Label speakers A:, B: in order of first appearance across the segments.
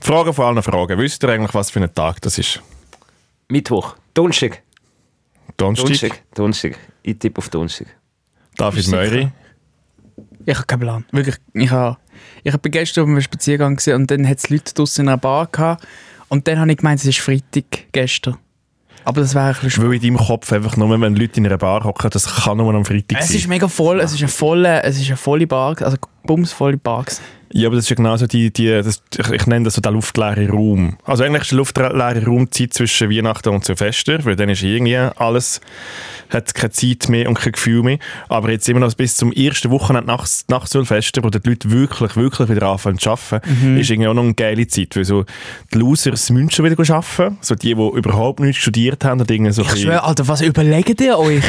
A: Frage vor allen Fragen. Wisst ihr eigentlich, was für ein Tag das ist?
B: Mittwoch. Donnerstag.
A: Donnerstag?
B: Donnerstag. Donnerstag. Ich tippe auf Donnerstag.
A: David
C: Ist
A: Möri.
C: Ich habe keinen Plan. Wirklich, ich habe ich hab gestern auf einem Spaziergang gesehen und dann hat es Leute draussen in einer Bar gehabt. Und dann habe ich gemeint, es ist Freitag gestern. Aber das wäre ein bisschen schwierig.
A: Weil in deinem Kopf einfach nur, wenn Leute in einer Bar hocken, das kann nur am Freitag
C: Es
A: sein.
C: ist mega voll, es ist eine volle, es ist eine volle Bar, also bumsvolle Bar. gewesen.
A: Ja, aber das ist ja genauso die, die das, ich, ich nenne das so der luftleere Raum. Also eigentlich ist der luftleere Raum die Zeit zwischen Weihnachten und Silvester, weil dann ist irgendwie alles, hat keine Zeit mehr und kein Gefühl mehr. Aber jetzt immer noch bis zum ersten Wochenende nach, nach Silvester, wo dann die Leute wirklich, wirklich wieder anfangen zu arbeiten,
C: Mhm.
A: ist irgendwie auch noch eine geile Zeit, weil so die Losers in München wieder arbeiten, so die, die überhaupt nichts studiert haben und irgendwie so ein
C: Ich
A: bisschen-
C: schwöre, Alter, was überlegt ihr euch?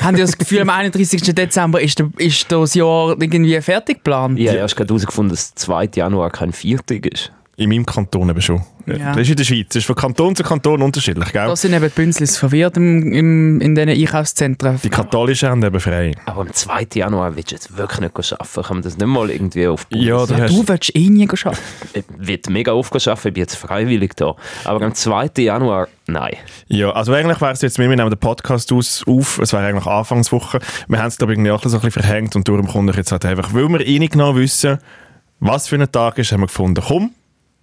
C: Habt ihr das Gefühl, am 31. Dezember ist, der, ist das Jahr irgendwie fertig geplant?
B: Ich habe erst gerade herausgefunden, dass 2. Januar kein Viertag ist.
A: in meinem Kanton eben schon.
C: Ja.
A: Das ist in der Schweiz, das ist von Kanton zu Kanton unterschiedlich, gell?
C: Das sind eben die Bünzlis verwirrt im, im, in diesen Einkaufszentren.
A: Die Katholischen haben eben frei.
B: Aber am 2. Januar willst du jetzt wirklich nicht arbeiten. Kann man das nicht mal irgendwie auf
A: Ja, du
C: ja,
A: hast...
C: du willst eh nie arbeiten.
B: Ich wird mega aufgeschafft, ich bin jetzt freiwillig da. Aber am 2. Januar, nein.
A: Ja, also eigentlich wäre es jetzt, wir nehmen den Podcast aus, auf, es wäre eigentlich Anfangswoche. Wir haben es glaube ich irgendwie auch so ein bisschen verhängt und darum kommt ich jetzt halt einfach, weil wir eh nicht genau wissen, was für ein Tag ist, haben wir gefunden, komm,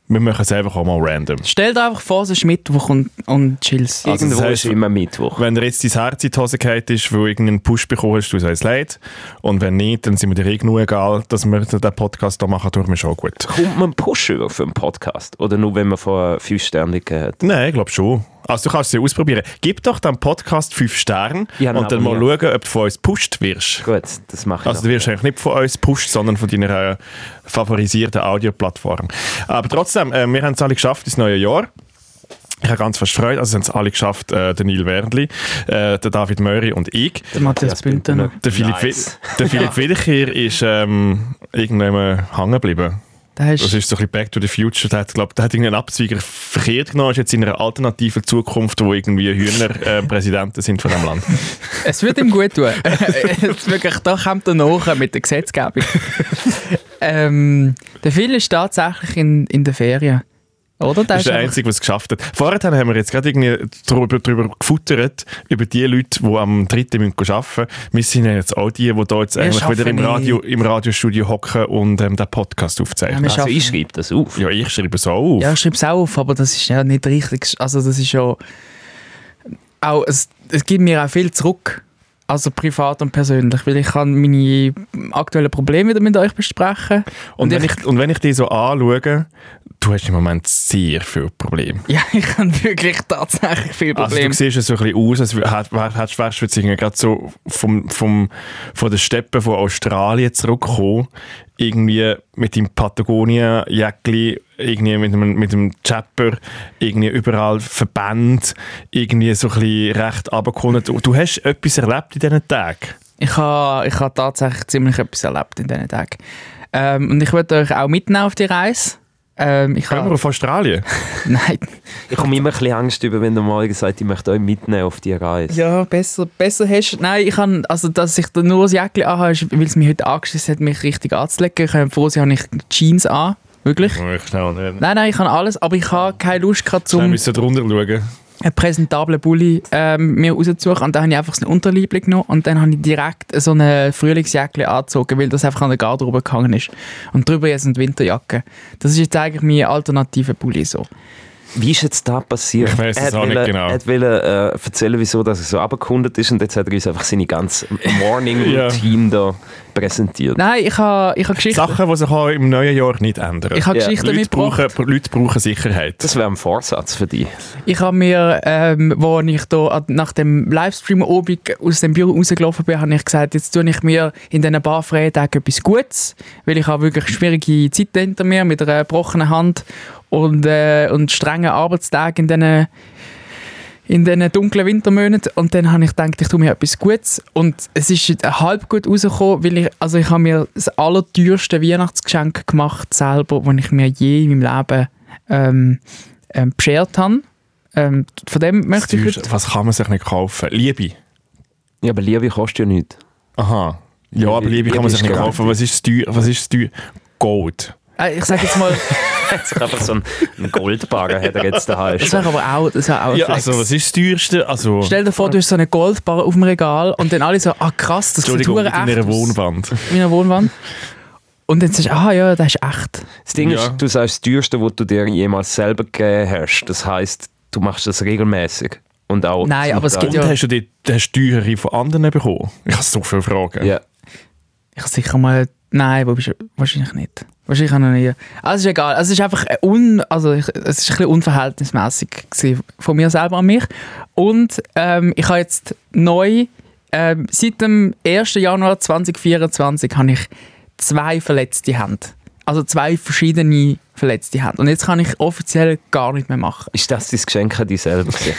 A: wir machen es einfach auch mal random.
C: Stell dir einfach vor, es ist Mittwoch und, und chillst.
A: Also das
B: Irgendwo
A: heisst-
B: ist immer Mittwoch.
A: Wenn dir jetzt dein Herz in die Hose gefallen ist, weil du irgendeinen Push bekommen hast, du sei es leid. Und wenn nicht, dann sind wir dir eh genug egal, dass wir den Podcast hier machen, tut mir schon gut.
B: Kommt man einen Push über für einen Podcast? Oder nur, wenn man von 5 Sternen hat?
A: Nein, ich glaube schon. Also du kannst es ja ausprobieren. Gib doch dem Podcast 5 Sterne
B: Ja,
A: und dann mal schauen, ob du von uns gepusht wirst.
B: Gut, das mache ich
A: Also
B: noch.
A: du wirst eigentlich nicht von uns gepusht, sondern von deiner äh, favorisierten Audioplattform. Aber trotzdem, äh, wir haben es alle geschafft ins neue Jahr. Ich habe ganz fast Freude, also haben es alle geschafft, äh, der Neil Werndli, äh, der David Möri und ich.
C: Der Matthias Bündner.
A: Der Philipp,
B: Nice.
A: Wi- der Philipp Wilcher ist ähm, irgendwann hängen geblieben.
C: Da hast
A: Das ist so ein bisschen Back to the Future. Der hat, glaub, der hat irgendeinen Abzweiger verkehrt genommen, ist jetzt in einer alternativen Zukunft, wo irgendwie Hühner äh, Präsidenten sind von dem Land.
C: Es wird ihm gut tun. Es wirklich, da kommt er nach mit der Gesetzgebung. ähm, der Phil ist tatsächlich in, in der Ferien. Oder? Der
A: Das ist der
C: einfach-
A: Einzige, was es geschafft hat. Vorher haben wir jetzt gerade irgendwie darüber, darüber gefuttert, über die Leute, die am 3. arbeiten müssen. Wir sind ja jetzt auch die, die da jetzt eigentlich wieder im,
C: arbeiten
A: Radio, im Radiostudio hocken und ähm, den Podcast aufzeichnen.
C: wir
B: also
C: schaffen-
B: ich schreibe das auf.
A: Ja, ich schreibe es auch auf.
C: Ja, schreib es auf, aber das ist ja nicht richtig. Also das ist ja... Auch, es, es gibt mir auch viel zurück. Also privat und persönlich, weil ich kann meine aktuellen Probleme wieder mit euch besprechen.
A: und, wenn
C: ich,
A: ich, und wenn ich dich so anschaue, du hast im Moment sehr viele Probleme.
C: ja, ich habe wirklich tatsächlich viele
A: Also
C: Probleme.
A: du siehst es so ein bisschen aus, als wär- wär- hättest wärst du jetzt irgendwie gerade so vom, vom, von den Steppen von Australien zurückgekommen, irgendwie mit dem Patagonien-Jäckli, irgendwie mit dem, mit dem Chapper, irgendwie überall Verband, irgendwie so ein bisschen recht runtergekommen. Du, du hast etwas erlebt in diesen Tagen.
C: Ich habe ich ha tatsächlich ziemlich etwas erlebt in diesen Tagen. Ähm, und ich würde euch auch mitnehmen auf die Reise. Ähm, ich
A: Kommen wir
C: ha,
A: auf Australien?
C: nein,
B: Ich komme immer ein bisschen Angst über, wenn der Morgen sagt, ich möchte euch mitnehmen auf die Reise.
C: ja, besser, besser hast Nein, ich kann, also dass ich da nur das Jäckchen anhabe, ist, weil es mich heute angeschissen hat, mich richtig anzulegen. Ich habe froh, sein, habe ich Jeans an. Wirklich.
A: Ich schnell nicht.
C: Nein, nein, ich habe alles, aber ich habe keine Lust gehabt,
A: Dann
C: zum
A: müssen wir drunter schauen.
C: einen präsentablen Bulli ähm, mir rauszusuchen. Und dann habe ich einfach so ein Unterliebling genommen und dann habe ich direkt so eine Frühlingsjacke angezogen, weil das einfach an der Garderobe gehangen ist. Und drüber jetzt eine Winterjacke. Das ist jetzt eigentlich mein alternativer Bulli so.
B: Wie ist jetzt das passiert?
A: Ich weiss es auch nicht genau.
B: Er wollte äh, erzählen, wieso dass er so abgekundet ist und jetzt hat er uns einfach seine ganze Morning-Routine da präsentiert.
C: Nein, ich habe ich habe Geschichten.
A: Sachen, die sich auch im neuen Jahr nicht ändern.
C: Ich habe
B: Ja.
C: Geschichten
A: Leute,
C: mitgebracht.
A: brauchen, Leute brauchen Sicherheit.
B: Das wäre ein Vorsatz für dich.
C: Ich habe mir, ähm, wo ich da an- nach dem Livestream oben aus dem Büro rausgelaufen bin, habe ich gesagt, jetzt tue ich mir in diesen paar freien Tagen etwas Gutes, weil ich habe wirklich schwierige Zeiten hinter mir mit einer gebrochenen Hand und, äh, und strengen Arbeitstagen in diesen in diesen dunklen Wintermonaten und dann habe ich gedacht, ich tue mir etwas Gutes und es ist jetzt halb gut rausgekommen, weil ich, also ich habe mir das allerteuerste Weihnachtsgeschenk gemacht selber, das ich mir je in meinem Leben ähm, ähm, beschert habe. Ähm, von dem möchte ich
A: Teuerste-
C: heute...
A: Was kann man sich nicht kaufen? Liebe.
B: Ja, aber Liebe kostet ja nichts.
A: Aha. Ja, aber Liebe kann man
B: Liebe
A: sich
B: ist
A: nicht
B: Geld.
A: kaufen. Was ist das teuer? Was ist das teuer? Gold.
C: Äh, ich sage jetzt mal,
B: Hat sich einfach so ein, ein Goldbarren hat er jetzt daheim.
C: das wäre aber auch, das wäre auch ein
A: Ja,
C: Flex.
A: also was ist das teuerste? Also,
C: Stell dir vor, du hast so eine Goldbar auf dem Regal und dann alle so, ah krass, das sieht
A: Entschuldigung,
C: hure
A: in
C: echt
A: einer
C: aus.
A: Wohnwand.
C: In meiner Wohnwand. Und dann sagst du, ah ja, das ist echt.
B: Das Ding
A: Ja.
B: ist, du sagst das teuerste, was du dir jemals selber gegeben hast. Das heisst, du machst das regelmäßig. Und auch
C: Nein,
B: zum
C: aber es
B: Teil.
A: Und
C: gibt Ja.
A: hast du die hast du teurere von anderen bekommen? Ich habe so viele Fragen.
B: Ja.
C: Ich sicher mal, nein, wo bist du? wahrscheinlich nicht. Wahrscheinlich auch noch nie. Also ist egal. Also es ist einfach ein un, also ich, es ist ein bisschen unverhältnismäßig gewesen von mir selber an mich. Und ähm, ich habe jetzt neu, ähm, seit dem 1. Januar 2024 habe ich zwei verletzte Hände. Also zwei verschiedene verletzte Hände. Und jetzt kann ich offiziell gar nicht mehr machen.
B: Ist das dein Geschenk an dich selber? gewesen?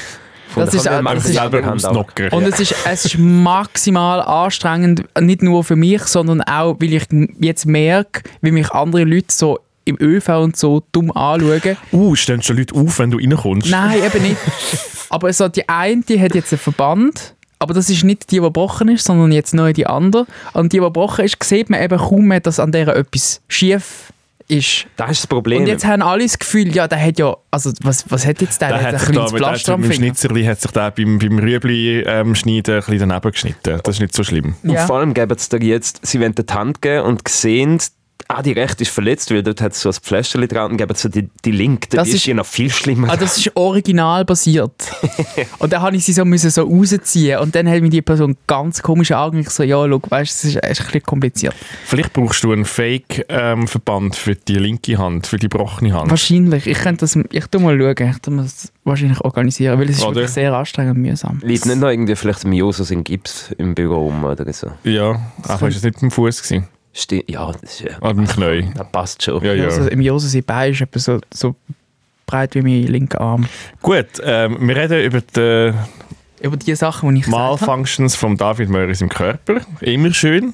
B: Von
C: Das
B: der
C: ist
B: Hand
C: auch-
B: mal
C: das ist-
A: Selber
B: selber Hand auch.
A: ausnocken.
C: Und es, ist, es ist maximal anstrengend, nicht nur für mich, sondern auch, weil ich jetzt merke, wie mich andere Leute so im ÖV und so dumm anschauen.
A: Uh, stehen schon Leute auf, wenn du reinkommst?
C: Nein, eben nicht. Aber so, die eine die hat jetzt einen Verband, aber das ist nicht die, die gebrochen ist, sondern jetzt neu die andere. Und die, die gebrochen ist, sieht man eben kaum mehr, dass an der etwas schief ist.
B: Das ist das Problem.
C: Und jetzt haben alle das Gefühl, ja, der hat ja, also was, was hat jetzt der?
A: Der
C: Der
A: hat
C: ein
A: sich da,
C: kleines
A: mit, der,
C: Pflaster am
A: beim
C: Finger.
A: Schnitzerli hat sich der beim, beim Rüebli ähm, schneiden ein bisschen daneben geschnitten. Das ist nicht so schlimm.
B: Und
C: Ja.
B: vor allem geben sie dir jetzt, sie wollen dir die Hand geben und sehen, ah, die rechte ist verletzt, weil dort hat es so ein Pfläschchen dran und geben sie dir die linke.
C: Das
B: Das ist
C: ist-
B: ja noch viel schlimmer.
C: Ah, das ist original basiert. und dann habe ich sie so, müssen so rausziehen und dann hat mich die Person ganz komisch angeguckt. Ich so, ja, schau, weißt, es ist, es ist ein bisschen kompliziert.
A: Vielleicht brauchst du einen Fake-Verband für die linke Hand, für die gebrochene Hand.
C: Wahrscheinlich. Ich könnte das, ich tu mal schauen. Ich tu mal das wahrscheinlich organisieren, weil es ist
A: Oder?
C: wirklich sehr anstrengend und mühsam.
B: Liegt nicht noch irgendwie vielleicht im Josus in Gips im Büro um oder so.
A: Ja, ach, weißt du, es nicht mit dem Fuß gewesen,
B: Ste ja, das, ist, ja,
A: aber mit dem Knie.
B: das passt schon.
A: Ja, ja.
C: Also, Im Jose sein Bein ist etwa so, so breit wie mein linker Arm.
A: Gut, ähm, wir reden über die
C: Über die Sachen, die ich gesagt habe.
A: Malfunctions von David Möhris im Körper. Immer schön.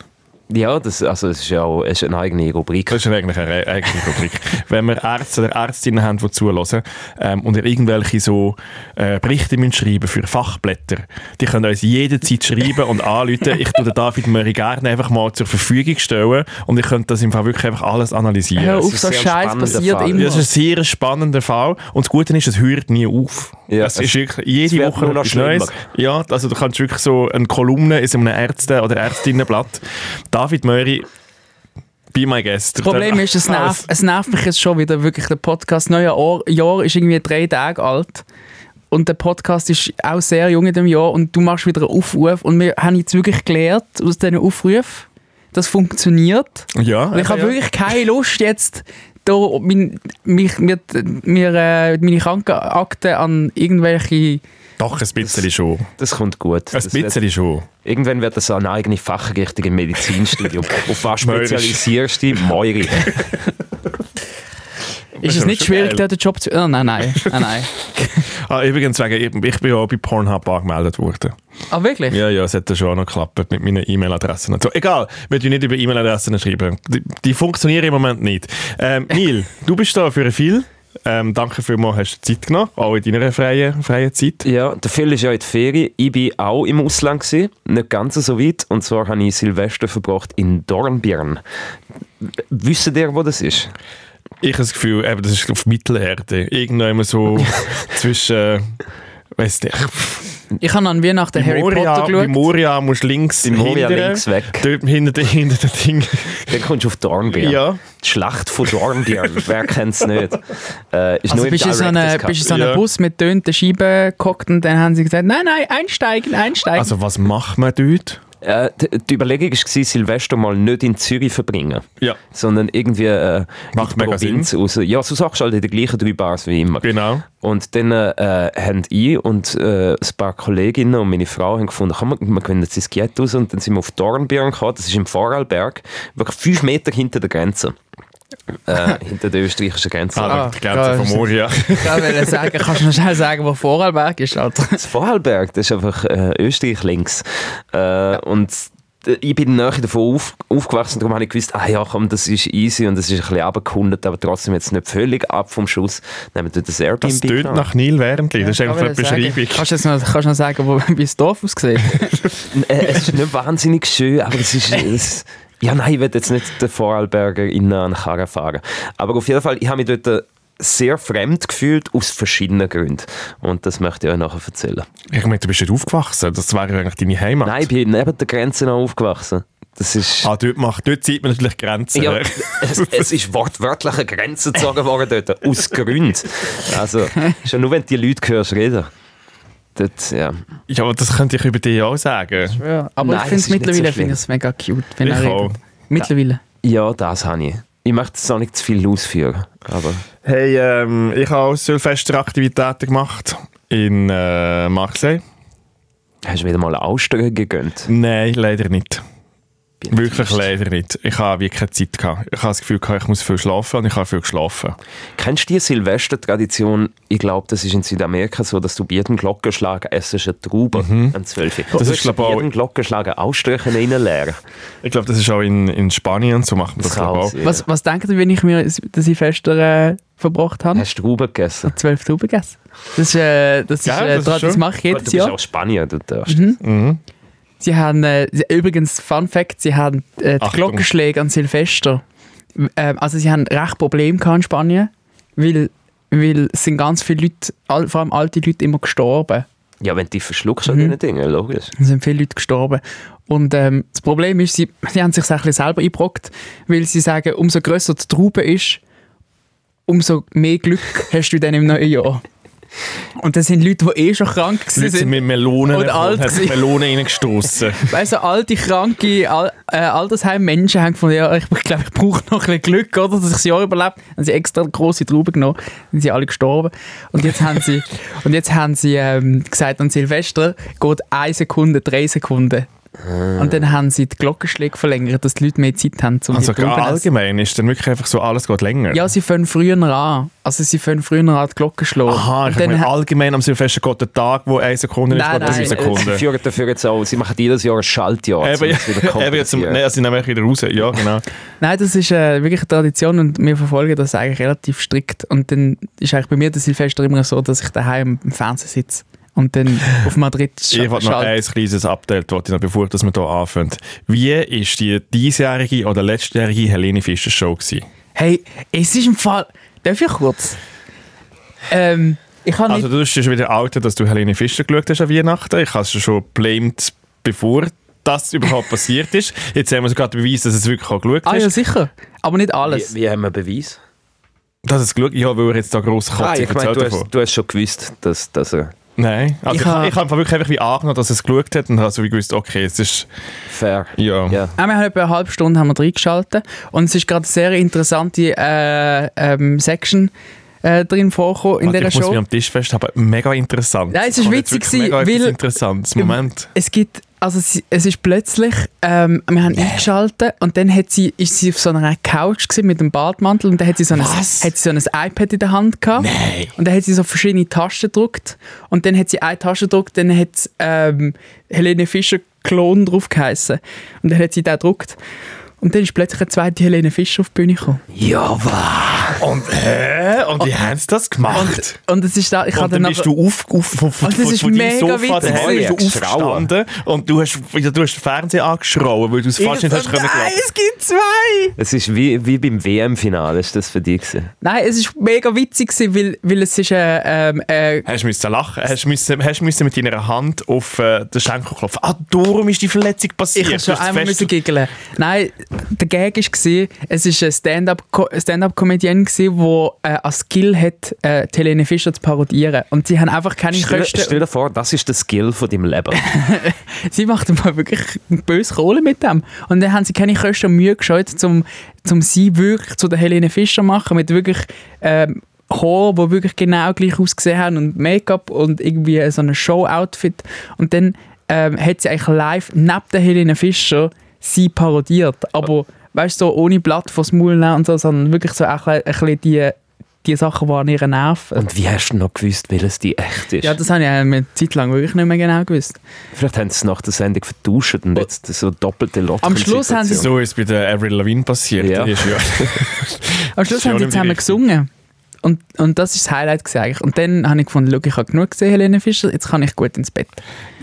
B: Ja, das, also, das ist ja auch es ist eine eigene Rubrik.
A: Das ist eigentlich eine re- eigene Rubrik. Wenn wir Ärzte oder Ärztinnen haben, die zuhören ähm, und ihr irgendwelche so äh, Berichte müssen schreiben für Fachblätter, die können uns jederzeit schreiben und anrufen. Ich tue den David Murray gerne einfach mal zur Verfügung stellen und ich könnte das im Fall wirklich einfach alles analysieren.
C: Hör auf,
B: ist
C: so
B: sehr
C: Scheiß
B: spannender
C: passiert
B: Fall.
C: immer.
A: Ja, Das ist ein sehr spannender Fall. Und das Gute ist, es hört nie auf.
B: Ja,
A: es
B: es-
A: ist wirklich
B: es
A: jede
B: wird
A: Woche
B: nur noch
A: etwas Neues. Ja, also du kannst wirklich so eine Kolumne in so einem Ärzte- oder Ärztinnenblatt. David Möri, be my guest.
C: Das Problem ist, es nervt, es nervt mich jetzt schon wieder wirklich. Der Podcast Neuer Ohr- Jahr ist irgendwie drei Tage alt. Und der Podcast ist auch sehr jung in dem Jahr und du machst wieder einen Aufruf. Und wir haben jetzt wirklich gelernt aus diesen Aufrufen, das funktioniert.
A: Ja,
C: Und ich habe
A: ja.
C: wirklich keine Lust jetzt, da mein, mich, mir, mir, äh, meine Krankenakte an irgendwelche...
A: Doch, ein bisschen schon.
B: Das kommt gut.
A: Ein
B: Das wird,
A: bisschen schon.
B: irgendwann wird das auch eine eigene Fachrichtung im Medizinstudium. Auf was
A: Möhrisch.
B: spezialisierst du dich? Meuri.
C: Ist es
A: aber
C: nicht
A: schon
C: schwierig,
A: geil.
C: dort den Job zu... Oh, nein, nein, nein, nein.
A: Ah, übrigens, wegen, ich, ich bin ja auch bei Pornhub angemeldet worden.
C: Ah, wirklich?
A: Ja, ja, es hat ja schon auch noch geklappt mit meinen E-Mail-Adressen. und So, egal, wir tun nicht über E-Mail-Adressen schreiben. Die, die funktionieren im Moment nicht. Ähm, Neil, du bist da für viel. Ähm, danke vielmals, hast du dir Zeit genommen, auch in deiner freien, freien Zeit.
B: Ja, der Phil ist ja in der Ferien. Ich war auch im Ausland, gewesen, nicht ganz so weit. Und zwar habe ich Silvester verbracht in Dornbirn. W- Wisst ihr, wo das ist?
A: Ich habe das Gefühl, eben, das ist auf Mittelerde. Irgendwo immer so zwischen, äh, weiss nicht,
C: Ich habe an Weihnachten Harry
A: Moria,
C: Potter geschaut.
A: bei Moria musst du links
B: Bei Moria
A: hindern.
B: links weg.
A: Dort hinter, den- hinter den Ding.
B: Dann kommst du auf Dornbirn.
A: Ja.
B: Die Schlacht von Dornbirn. Wer kennt es nicht? Äh, ist
C: Also
B: nur im
C: bist du so eine,
B: Director's Cut.
C: bist du so einem
A: Ja.
C: Bus mit tönten Scheiben gehockt und dann haben sie gesagt, nein, nein, einsteigen, einsteigen.
A: Also was macht man dort?
B: Äh, die, die Überlegung war, Silvester mal nicht in Zürich verbringen.
A: Ja.
B: Sondern irgendwie äh,
A: Macht
B: in die
A: mega
B: Provinz raus. Ja, so sagst du halt in den gleichen drei Bars wie immer.
A: Genau.
B: Und dann äh, haben ich und äh, ein paar Kolleginnen und meine Frau haben gefunden, komm, wir- wir können jetzt ins Giet raus. Und dann sind wir auf Dornbirn gekommen, das ist im Vorarlberg, wirklich fünf Meter hinter der Grenze. Äh, hinter der österreichischen Grenze.
A: Ah,
C: Ah,
A: die Grenze
C: geil.
A: von Moria.
C: ich wollte sagen, kannst du noch schnell sagen, wo Vorarlberg ist, Alter?
B: Das Vorarlberg, das ist einfach äh, Österreich links. Äh, Und d- ich bin nahe davon auf, aufgewachsen, darum habe ich gewusst, ah ja, komm, das ist easy und das ist ein bisschen abgekundet, aber trotzdem jetzt nicht völlig ab vom Schuss. Dann haben wir das Airbnb
A: Das tönt
B: genommen.
A: nach Neil Wärmli. Das ist eigentlich eine
C: Ich wollte sagen,
A: Beschreibung.
C: Kannst du jetzt noch, kannst du noch sagen, wo, wie das Dorf aussieht?
B: Äh, Es ist nicht wahnsinnig schön, aber es ist... Es, Ja, nein, ich will jetzt nicht den Vorarlberger innen an den Karren fahren. Aber auf jeden Fall, ich habe mich dort äh, sehr fremd gefühlt, aus verschiedenen Gründen. Und das möchte ich euch nachher erzählen.
A: Ich meine, du bist nicht aufgewachsen. Das wäre eigentlich deine Heimat.
B: Nein, ich bin neben der Grenze noch aufgewachsen. Das ist...
A: Ah, dort, macht, dort sieht man natürlich Grenzen.
B: Ja, es, es ist wortwörtlich eine Grenze gezogen worden dort, aus Gründen. Also, schon nur wenn du die Leute hörst reden. Dort, ja.
A: ja, aber das könnte ich über dich auch sagen.
C: Ja, aber
B: Nein, das
C: ich finde
B: ist
C: es
B: nicht
C: mittlerweile
B: so schlimm.
C: finde ich es mega cute, wenn
A: Ich
C: er
A: auch.
C: redet. Mittlerweile.
B: ja, das habe ich. Ich möchte es auch nicht zu viel ausführen. Aber
A: Hey, ähm, ich habe auch Silvester Aktivitäten gemacht in äh, Marseille.
B: hast du wieder mal Austern gegönnt?
A: Nein, leider nicht.
B: Bin
A: Wirklich
B: enttäuscht.
A: leider nicht. Ich habe wirklich keine Zeit gehabt. Ich habe das Gefühl gehabt, ich muss viel schlafen und ich habe viel geschlafen.
B: Kennst du die Silvestertradition? Ich glaube, das ist in Südamerika so, dass du bei jedem Glockenschlag essest eine Traube am 12.
A: Mhm. Das
B: du
A: ist, glaub,
B: bei
A: auch-
B: jedem Glockenschlag einen Ausstreichen reinleeren.
A: Ich glaube, das ist auch in, in Spanien, so macht man das,
B: Das kann
A: glaube ich
B: auch
A: auch.
B: sein.
C: Was, was denkt ihr, wenn ich mir das Silvester äh, verbracht habe?
B: Hast du Trauben gegessen?
C: 12 Tauben gegessen. Das ist, äh, das ist,
A: Ja,
C: äh,
A: das ist
C: das, das
A: schön.
C: mache ich
B: Du
C: jedes
B: bist
C: Jahr.
B: auch Spanier, du darfst.
A: Mhm.
C: Sie haben, äh, sie- übrigens, Fun Fact, sie haben äh, die
A: Achtung.
C: Glockenschläge an Silvester. Ähm, also sie haben recht Probleme gehabt in Spanien, weil, weil es sind ganz viele Leute, all, vor allem alte Leute, immer gestorben.
B: Ja, wenn du dich verschluckst an diesen Dingen, logisch.
C: Es sind viele Leute gestorben. Und ähm, das Problem ist, sie, sie haben sich ein bisschen selber eingebrockt, weil sie sagen, umso grösser die Traube ist, umso mehr Glück hast du dann im neuen Jahr. Und das sind Leute, die eh schon krank waren.
A: Leute sind mit Melonen
C: Und
A: gekommen
C: alt
A: und haben
C: gewesen.
A: Melonen reingestossen.
C: Weißt du, alte, kranke, all, äh, Altersheim-Menschen haben gefunden, ja, ich glaube, ich brauche noch ein bisschen Glück, oder, dass ich das Jahr überlebe. Dann haben sie extra große Trauben genommen, dann sind sie alle gestorben. Und jetzt haben sie, und jetzt haben sie ähm, gesagt, an Silvester geht eine Sekunde, drei Sekunden.
A: Ah.
C: Und dann haben sie die Glockenschläge verlängert, dass die Leute mehr Zeit haben, um
A: Also
C: die Trauben zu essen.
A: allgemein ist dann wirklich einfach so, alles geht länger.
C: Ja, sie fangen früher an. Also sie fangen früher an, die Glocke zu schlagen.
A: Aha, ich
C: Und dann
A: meine,
C: ha-
A: allgemein am Silvester geht der Tag, wo eine Sekunde ist,
C: Nein,
A: geht
C: nein,
A: drei
C: äh,
B: Sie
A: Sekunden.
B: führen dafür jetzt auch, sie machen jedes Jahr ein Schaltjahr. um
A: Eben,
B: das wieder zu
A: eben jetzt,
B: kompensieren.
A: nein, also nehmen wir wieder raus. Ja, genau.
C: Nein, das ist äh, wirklich eine Tradition und wir verfolgen das eigentlich relativ strikt. Und dann ist eigentlich bei mir das Silvester immer so, dass ich daheim im Fernsehen sitze und dann auf Madrid scha-
A: Ich wollte noch
C: schalte.
A: ein kleines Update, wollte ich noch, bevor dass wir hier anfangen. Wie war die diesjährige oder letztjährige Helene Fischer Show? Gewesen?
C: Hey, es ist im Fall... Darf ich kurz? Ähm, ich habe
A: Also
C: nicht...
A: du bist schon wieder outet, dass du Helene Fischer geschaut hast an Weihnachten. Ich habe es schon blamed, bevor das überhaupt passiert ist. Jetzt haben wir sogar den Beweis, dass es wirklich auch geschaut
C: Ah ja,
A: ist.
C: sicher. Aber nicht alles.
B: Wie, wie haben wir Beweis?
A: Dass es geschaut Ja, weil er jetzt da grosse Kotze
B: Ah, ich meine,
A: erzählt
B: du
A: davon.
B: hast, du hast schon gewusst, dass, dass er
A: Nein. Also
C: Ich
A: ich, ich,
C: ha-
A: habe einfach wirklich einfach wie angenommen, dass er es geschaut hat und habe so wie gewusst, okay, es ist...
B: fair.
A: Ja.
B: Ja.
C: Auch wir haben etwa eine halbe Stunde haben wir reingeschaltet und es ist gerade eine sehr interessante äh, ähm, Section äh, drin vorgekommen in
A: Warte,
C: dieser
A: ich muss
C: Show.
A: mich am Tisch festhalten. Mega interessant.
C: Nein, es ist
A: Kommt
C: witzig
A: jetzt wirklich Mega
C: gewesen,
A: etwas
C: weil-
A: interessantes. Moment.
C: Es gibt, also es, es ist plötzlich, ähm, wir haben eingeschaltet und dann hat sie, ist sie auf so einer Couch gewesen mit einem Badmantel und dann hat sie so ein, hat
A: Was?
C: sie so ein iPad in der Hand gehabt. Und dann hat sie so verschiedene Tasten gedruckt und dann hat sie eine Tasche gedruckt, dann hat ähm, Helene Fischer Klon drauf geheissen. Und dann hat sie den gedruckt. Und dann ist plötzlich eine zweite Helene Fischer auf die Bühne gekommen.
B: Ja, wahr.
A: Und, hä? und wie haben sie das gemacht?
C: Oh. Und es ist da, ich
A: Und
C: habe
A: dann
C: dann
A: bist
C: nachher-
A: du auf, auf, auf,
C: Und das ist mega witzig.
A: daheim bist du
B: Geschrauen.
A: aufgestanden und du hast, ja, du hast den Fernseher angeschrauben, weil du es fast nicht hast können
C: Nein,
A: glauben.
C: es gibt zwei!
B: Es ist wie, wie beim WM-Finale, ist das für dich gewesen.
C: Nein, es ist mega witzig, gewesen, weil, weil es ist äh, ähm, äh,
A: Hast du müssen lachen, hast du müssen, hast du müssen mit deiner Hand auf äh, den Schenkel klopfen. Ah, darum ist die Verletzung passiert.
C: ich habe schon
A: Du hast
C: einmal
A: fest-
C: müssen giggeln. Nein, der Gag war, es ist ein Stand-up-Comedian, Stand -Comedian gewesen, der äh, als Skill hat, äh, die Helene Fischer zu parodieren. Und sie haben einfach keine
B: Stell,
C: Kosten.
B: stell dir vor, das ist der Skill von deinem Leben.
C: Sie macht mal wirklich böse Kohle mit dem. Und dann haben sie keine Kosten und Mühe gescheut, um zum sie wirklich zu der Helene Fischer machen, mit wirklich ähm, Haaren, die wirklich genau gleich ausgesehen haben und Make-up und irgendwie so ein Show-Outfit. Und dann ähm, hat sie eigentlich live neben der Helene Fischer sie parodiert. Aber weißt du, so ohne Blatt vors Maul nehmen und so, sondern wirklich so auch ein bisschen die, die Sachen, die an ihren Nerven.
B: Und wie hast du noch gewusst, welches die echt ist?
C: Ja, das habe ich eine Zeit lang wirklich nicht mehr genau gewusst.
B: Vielleicht haben sie es nach der Sendung vertauscht und jetzt so doppelte Lotto.
C: Am Schluss haben sie
A: So ist es bei der Avril Lavigne passiert.
B: Ja.
A: Die ist ja.
C: Am Schluss
A: Schon
C: haben sie
A: im
C: zusammen
A: Gericht.
C: gesungen. und, und das ist das Highlight gewesen eigentlich. Und dann habe ich gefunden, schau, ich habe genug gesehen, Helene Fischer, jetzt kann ich gut ins Bett.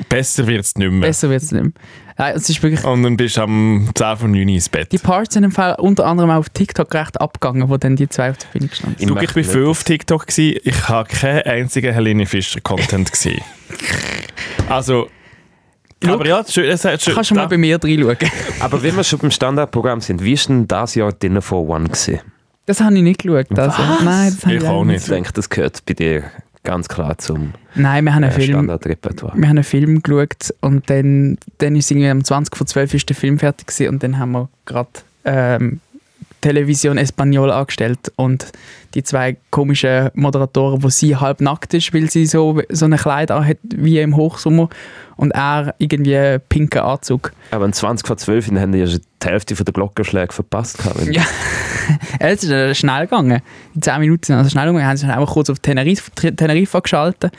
A: Besser wird es nicht mehr.
C: Besser wird es nicht mehr. Nein, es ist wirklich...
A: Und dann bist du am 10 von 9 Uhr ins Bett.
C: Die Parts sind im Fall unter anderem auch auf TikTok recht abgegangen, wo dann die zwei auf der Bühne standen.
B: Ich
A: Du, ich
B: möchte
A: bin
B: nicht,
A: viel
B: dass-
A: auf TikTok, gewesen. ich habe keinen einzigen Helene Fischer-Content gesehen. Also,
C: Schau,
A: aber ja, schön, es hat schön.
C: Kannst du mal
A: da-
C: bei mir reinschauen?
B: Aber wenn wir schon beim Standardprogramm sind, wie ist denn das Jahr Dinner for One gewesen?
C: Das habe ich nicht geschaut. Also. Nein, das habe
A: Ich auch
B: Ich
A: nicht.
B: denke, das gehört bei dir ganz klar zum
C: Nein, wir haben einen
B: äh,
C: Film.
B: Standardrepertoire.
C: Wir haben einen Film geschaut und dann, dann ist irgendwie am 20 vor 12 ist der Film fertig gewesen und dann haben wir gerade ähm, Television Español angestellt und die zwei komischen Moderatoren, wo sie halb nackt ist, weil sie so, so ein Kleid hat wie im Hochsommer und er irgendwie einen pinken Anzug.
B: Aber um 20 vor 12 Uhr haben die ja schon die Hälfte der Glockenschläge verpasst. gehabt.
C: Ja. Äh, Es ist äh, schnell gegangen. In 10 Minuten sind also schnell umgegangen. Haben sich dann einfach kurz auf Tenerife, Tenerife geschaltet.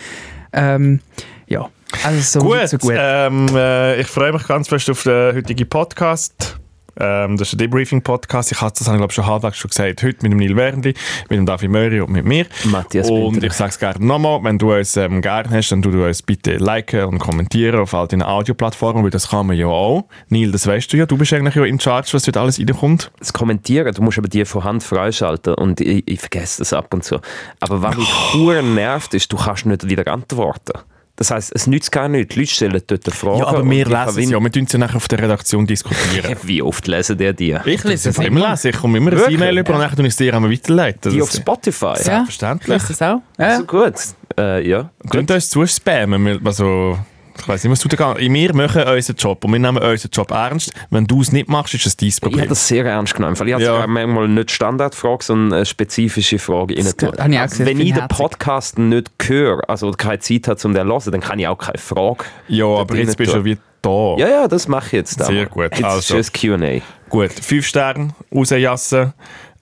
C: Ähm, ja, also so
A: Gut,
C: so gut.
A: Ähm, äh, ich freue mich ganz fest auf den heutigen Podcast. Ähm, das ist ein Debriefing-Podcast. Ich habe das, glaube ich, schon halbwegs schon gesagt. Heute mit dem Neil Wernli, mit dem David Möri und mit mir.
B: Matthias
A: und
B: Binder.
A: ich sage es gerne nochmal, wenn du uns ähm, gerne hast, dann tu du uns bitte liken und kommentieren auf all deinen Audioplattformen, weil das kann man ja auch. Neil, das weißt du ja. Du bist eigentlich ja in Charge, was heute alles reinkommt.
B: Das Kommentieren, du musst aber die von Hand freischalten und ich, ich vergesse das ab und zu. Aber was mich pur nervt, ist, du kannst nicht wieder antworten. Das heisst, es nützt gar nichts. Die Leute stellen dort eine Frage. und ich kann
A: es ja. Wir tun es ja nachher auf der Redaktion diskutieren.
B: wenig- Wie oft lesen die die?
A: ich lese es
C: es
A: immer. lesen. Ich komme immer ein
B: Wirklich?
A: E-Mail über und dann tue ich es dir einmal weiterleiten.
B: Die
A: Das-
B: auf Spotify?
C: Ja.
A: Verständlich.
C: Ist das auch? Ja.
B: Also gut. Äh, ja.
A: Könnt ihr uns zuspammen? Wir- Also, ich weiß nicht, was du da gehst. Wir machen unseren Job und wir nehmen unseren Job ernst. Wenn du es nicht machst, ist es dein
B: Ich habe
A: Problem.
B: das sehr ernst genommen. weil Ich habe
A: Ja.
B: sogar manchmal nicht Standardfrage, sondern eine spezifische Frage rein
C: Das
B: tun.
C: habe ich auch gesehen,
B: Wenn
C: finde
B: ich
C: ich
B: den
C: herzig.
B: Podcast nicht höre, also oder keine Zeit habe, um den zu hören, dann kann ich auch keine Frage.
A: ja, aber
B: drin
A: jetzt bist
B: tun.
A: du wieder da.
B: Ja, ja, das mache ich jetzt.
A: Sehr
B: einmal.
A: gut,
B: Jetzt
A: also.
B: ist schönes Q&A.
A: Gut, fünf Sterne, rausjassen,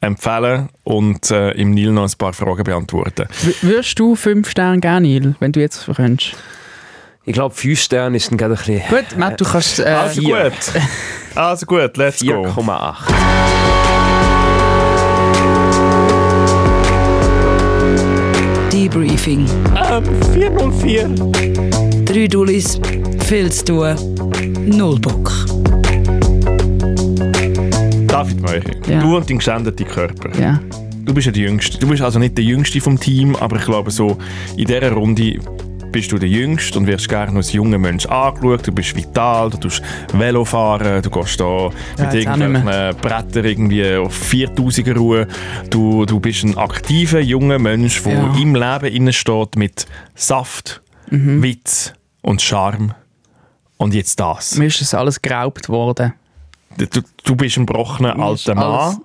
A: empfehlen und äh, im Nil noch ein paar Fragen beantworten.
C: W- Würdest du 5 Sterne geben, Neil, wenn du jetzt könntest?
B: Ich glaube, 5 Sterne ist dann gerade ein bisschen
C: Gut, Matt, du kannst... Äh,
A: Also
B: vier.
A: gut. Also gut, let's go.
B: 4,8.
D: Debriefing.
A: 404.
D: Drei Dullis, viel zu tun, null Bock.
A: David Meury,
C: Ja.
A: du und dein geschändeter Körper.
C: ja.
A: Du bist ja der Jüngste. Du bist also nicht der Jüngste vom Team, aber ich glaube so, in dieser Runde bist du der Jüngste und wirst gerne als junger Mensch angeschaut. Du bist vital, du tust Velo fahren, du gehst da mit
C: jetzt auch nicht
A: irgendwelchen Brettern irgendwie auf 4000er Ruhe. Du, du bist ein aktiver, junger Mensch, der
C: Ja.
A: im Leben innen steht mit Saft,
C: Mhm.
A: Witz und Charme. Und jetzt das.
C: Mir ist das alles geraubt worden.
A: Du, du bist ein gebrochener
C: ist
A: alter
C: alles-
A: Mann,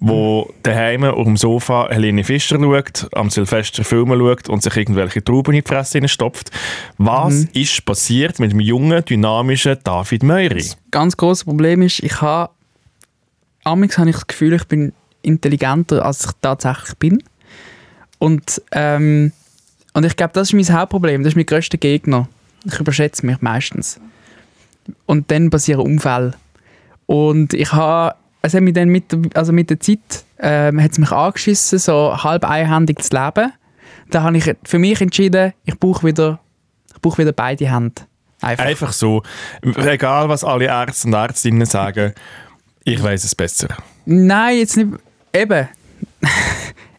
A: wo daheim auf dem Sofa Helene Fischer schaut, am Silvester Filme schaut und sich irgendwelche Trauben in die Fresse stopft. Was ist passiert mit dem jungen, dynamischen David Meury?
C: ganz großes Problem ist, ich habe amigs habe ich das Gefühl, ich bin intelligenter, als ich tatsächlich bin. Und, ähm, und ich glaube, das ist mein Hauptproblem, das ist mein grösster Gegner. Ich überschätze mich meistens. Und dann passieren Unfälle. Und ich habe, es hat mich dann mit, der- also mit der Zeit, ähm, hat es mich angeschissen, so halb einhändig zu leben. Da habe ich für mich entschieden, ich brauche wieder, ich brauche wieder beide Hände. Einfach.
A: Einfach so, egal was alle Ärzte und Ärztinnen sagen, ich weiß es besser.
C: Nein, jetzt nicht. Eben.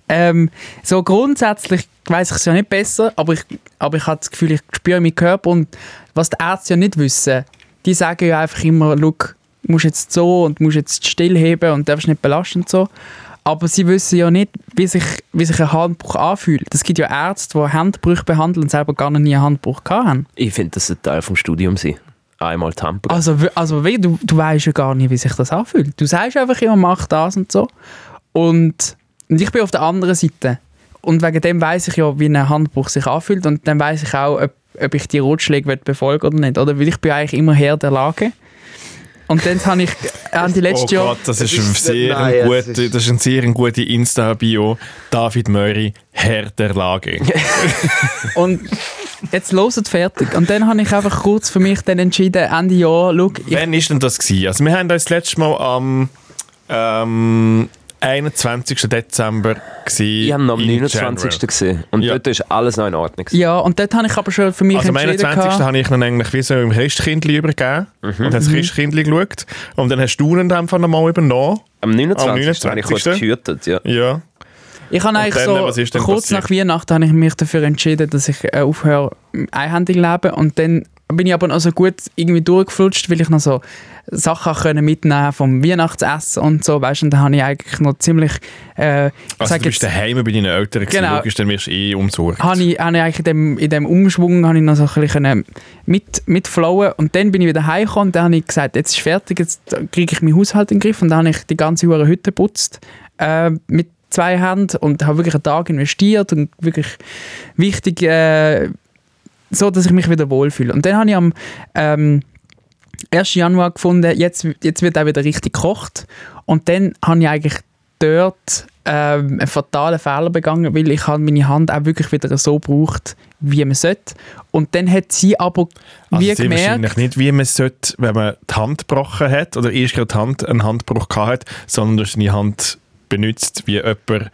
C: ähm, so grundsätzlich weiß ich es ja nicht besser, aber ich, aber ich habe das Gefühl, ich spüre meinen Körper und was die Ärzte ja nicht wissen, die sagen ja einfach immer, «Look, du musst jetzt so und du musst jetzt stillheben und darfst nicht belasten und so. Aber sie wissen ja nicht, wie sich, wie sich ein Handbruch anfühlt. Es gibt ja Ärzte, die Handbrüche behandeln und selber gar noch nie einen Handbruch gehabt haben.
B: Ich finde, das sollte Teil vom Studium sein. Einmal Tampa.
A: Ah,
C: Also, w- also wie, du, du weißt ja gar nicht, wie sich das anfühlt. Du sagst einfach immer, mach das und so. Und, und ich bin auf der anderen Seite. Und wegen dem weiß ich ja, wie ein Handbuch sich anfühlt. Und dann weiß ich auch, ob, ob ich die Rotschläge will befolgen oder nicht. Oder? Weil ich bin eigentlich immer Herr der Lage. Und dann habe ich äh, an die
A: Oh
C: letzte Jahr.
A: Gott, das ist, ein sehr
B: nein, es
A: gute, das ist ein sehr gute Insta-Bio. David Meury, Herr der Lage.
C: Und jetzt loset fertig. Und dann habe ich einfach kurz für mich dann entschieden, Ende Jahr, schau, ich
A: Wann war denn das? Gewesen? Also wir haben uns das letzte Mal am ähm, 21. Dezember
B: Ich
A: gewesen
B: habe ihn am
A: in
B: 29.
A: General.
B: gesehen. Und
A: Ja.
B: dort war alles noch in Ordnung. gewesen.
C: Ja, und dort habe ich aber schon für mich
A: Also am
C: entschieden.
A: 21.
C: gehabt- Mhm.
A: habe ich dann eigentlich wie so im Christkindli übergeben und habe das Christkindli geschaut. Und dann hast du ihn dann einfach nochmal übernommen.
B: Am 29.
A: Am 29.
B: habe ich kurz gehütet. Ja.
A: Ja.
C: Ich habe eigentlich
A: dann, was ist
C: so
A: denn
C: kurz
A: passiert?
C: nach Weihnachten habe ich mich dafür entschieden, dass ich äh, aufhöre ähm, einhändig zu leben und dann bin ich aber noch so gut irgendwie durchgeflutscht, weil ich noch so Sachen können mitnehmen vom Weihnachtsessen und so, weißt du, und dann habe ich eigentlich noch ziemlich äh,
A: Also
C: sag
A: du bist
C: jetzt,
A: daheim bei deinen Eltern gewesen,
C: Genau.
A: logisch, dann wirst du eh umsorgt.
C: habe ich, habe ich eigentlich in dem, in dem Umschwung habe ich noch so ein bisschen können mit, mitflowen und dann bin ich wieder heimgekommen und dann habe ich gesagt, jetzt ist fertig, jetzt kriege ich meinen Haushalt in den Griff und dann habe ich die ganze Hure Hütte geputzt äh, mit zwei Händen und habe wirklich einen Tag investiert und wirklich wichtig, äh, so dass ich mich wieder wohlfühle. Und dann habe ich am ähm, 1. Januar gefunden, jetzt, jetzt wird auch wieder richtig gekocht. Und dann habe ich eigentlich dort ähm, einen fatalen Fehler begangen, weil ich habe meine Hand auch wirklich wieder so gebraucht, wie man sollte. Und dann hat sie aber
A: Also
C: wie
A: sehr wahrscheinlich
C: gemerkt,
A: nicht, wie man sollte, wenn man die Hand gebrochen hat oder erst gerade die Hand, einen Handbruch gehabt hat, sondern du hast deine Hand benutzt wie jemand, der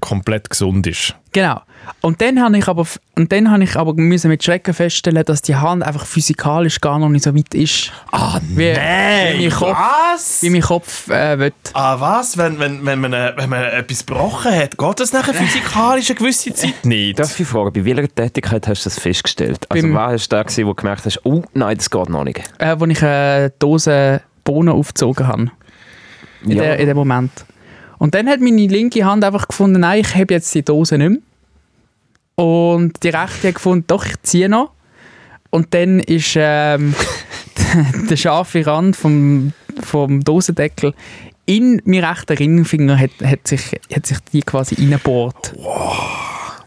A: komplett gesund ist.
C: genau. Und dann habe ich aber, und dann habe ich aber müssen mit Schrecken feststellen, dass die Hand einfach physikalisch gar noch nicht so weit ist,
A: Ah,
C: wie, wie mein Kopf,
A: was?
C: wie mein Kopf äh, will.
A: Ah, was? Wenn, wenn, wenn, man, äh, wenn man etwas gebrochen hat, geht das nachher physikalisch eine gewisse Zeit nicht?
B: Darf ich fragen, bei welcher Tätigkeit hast du das festgestellt? Also
C: Beim-
B: war hast du da gewesen, wo du gemerkt hast, oh nein, das geht noch nicht?
C: äh, wo ich eine Dose Bohnen aufgezogen habe. In,
B: Ja.
C: der, in dem Moment. Und dann hat meine linke Hand einfach gefunden, nein, ich habe jetzt die Dose nicht mehr. Und die rechte hat gefunden, doch, ich ziehe noch. Und dann ist ähm, der scharfe Rand vom, vom Dosendeckel in meinen rechten Ringfinger hat, hat, sich, hat sich die quasi reingebohrt.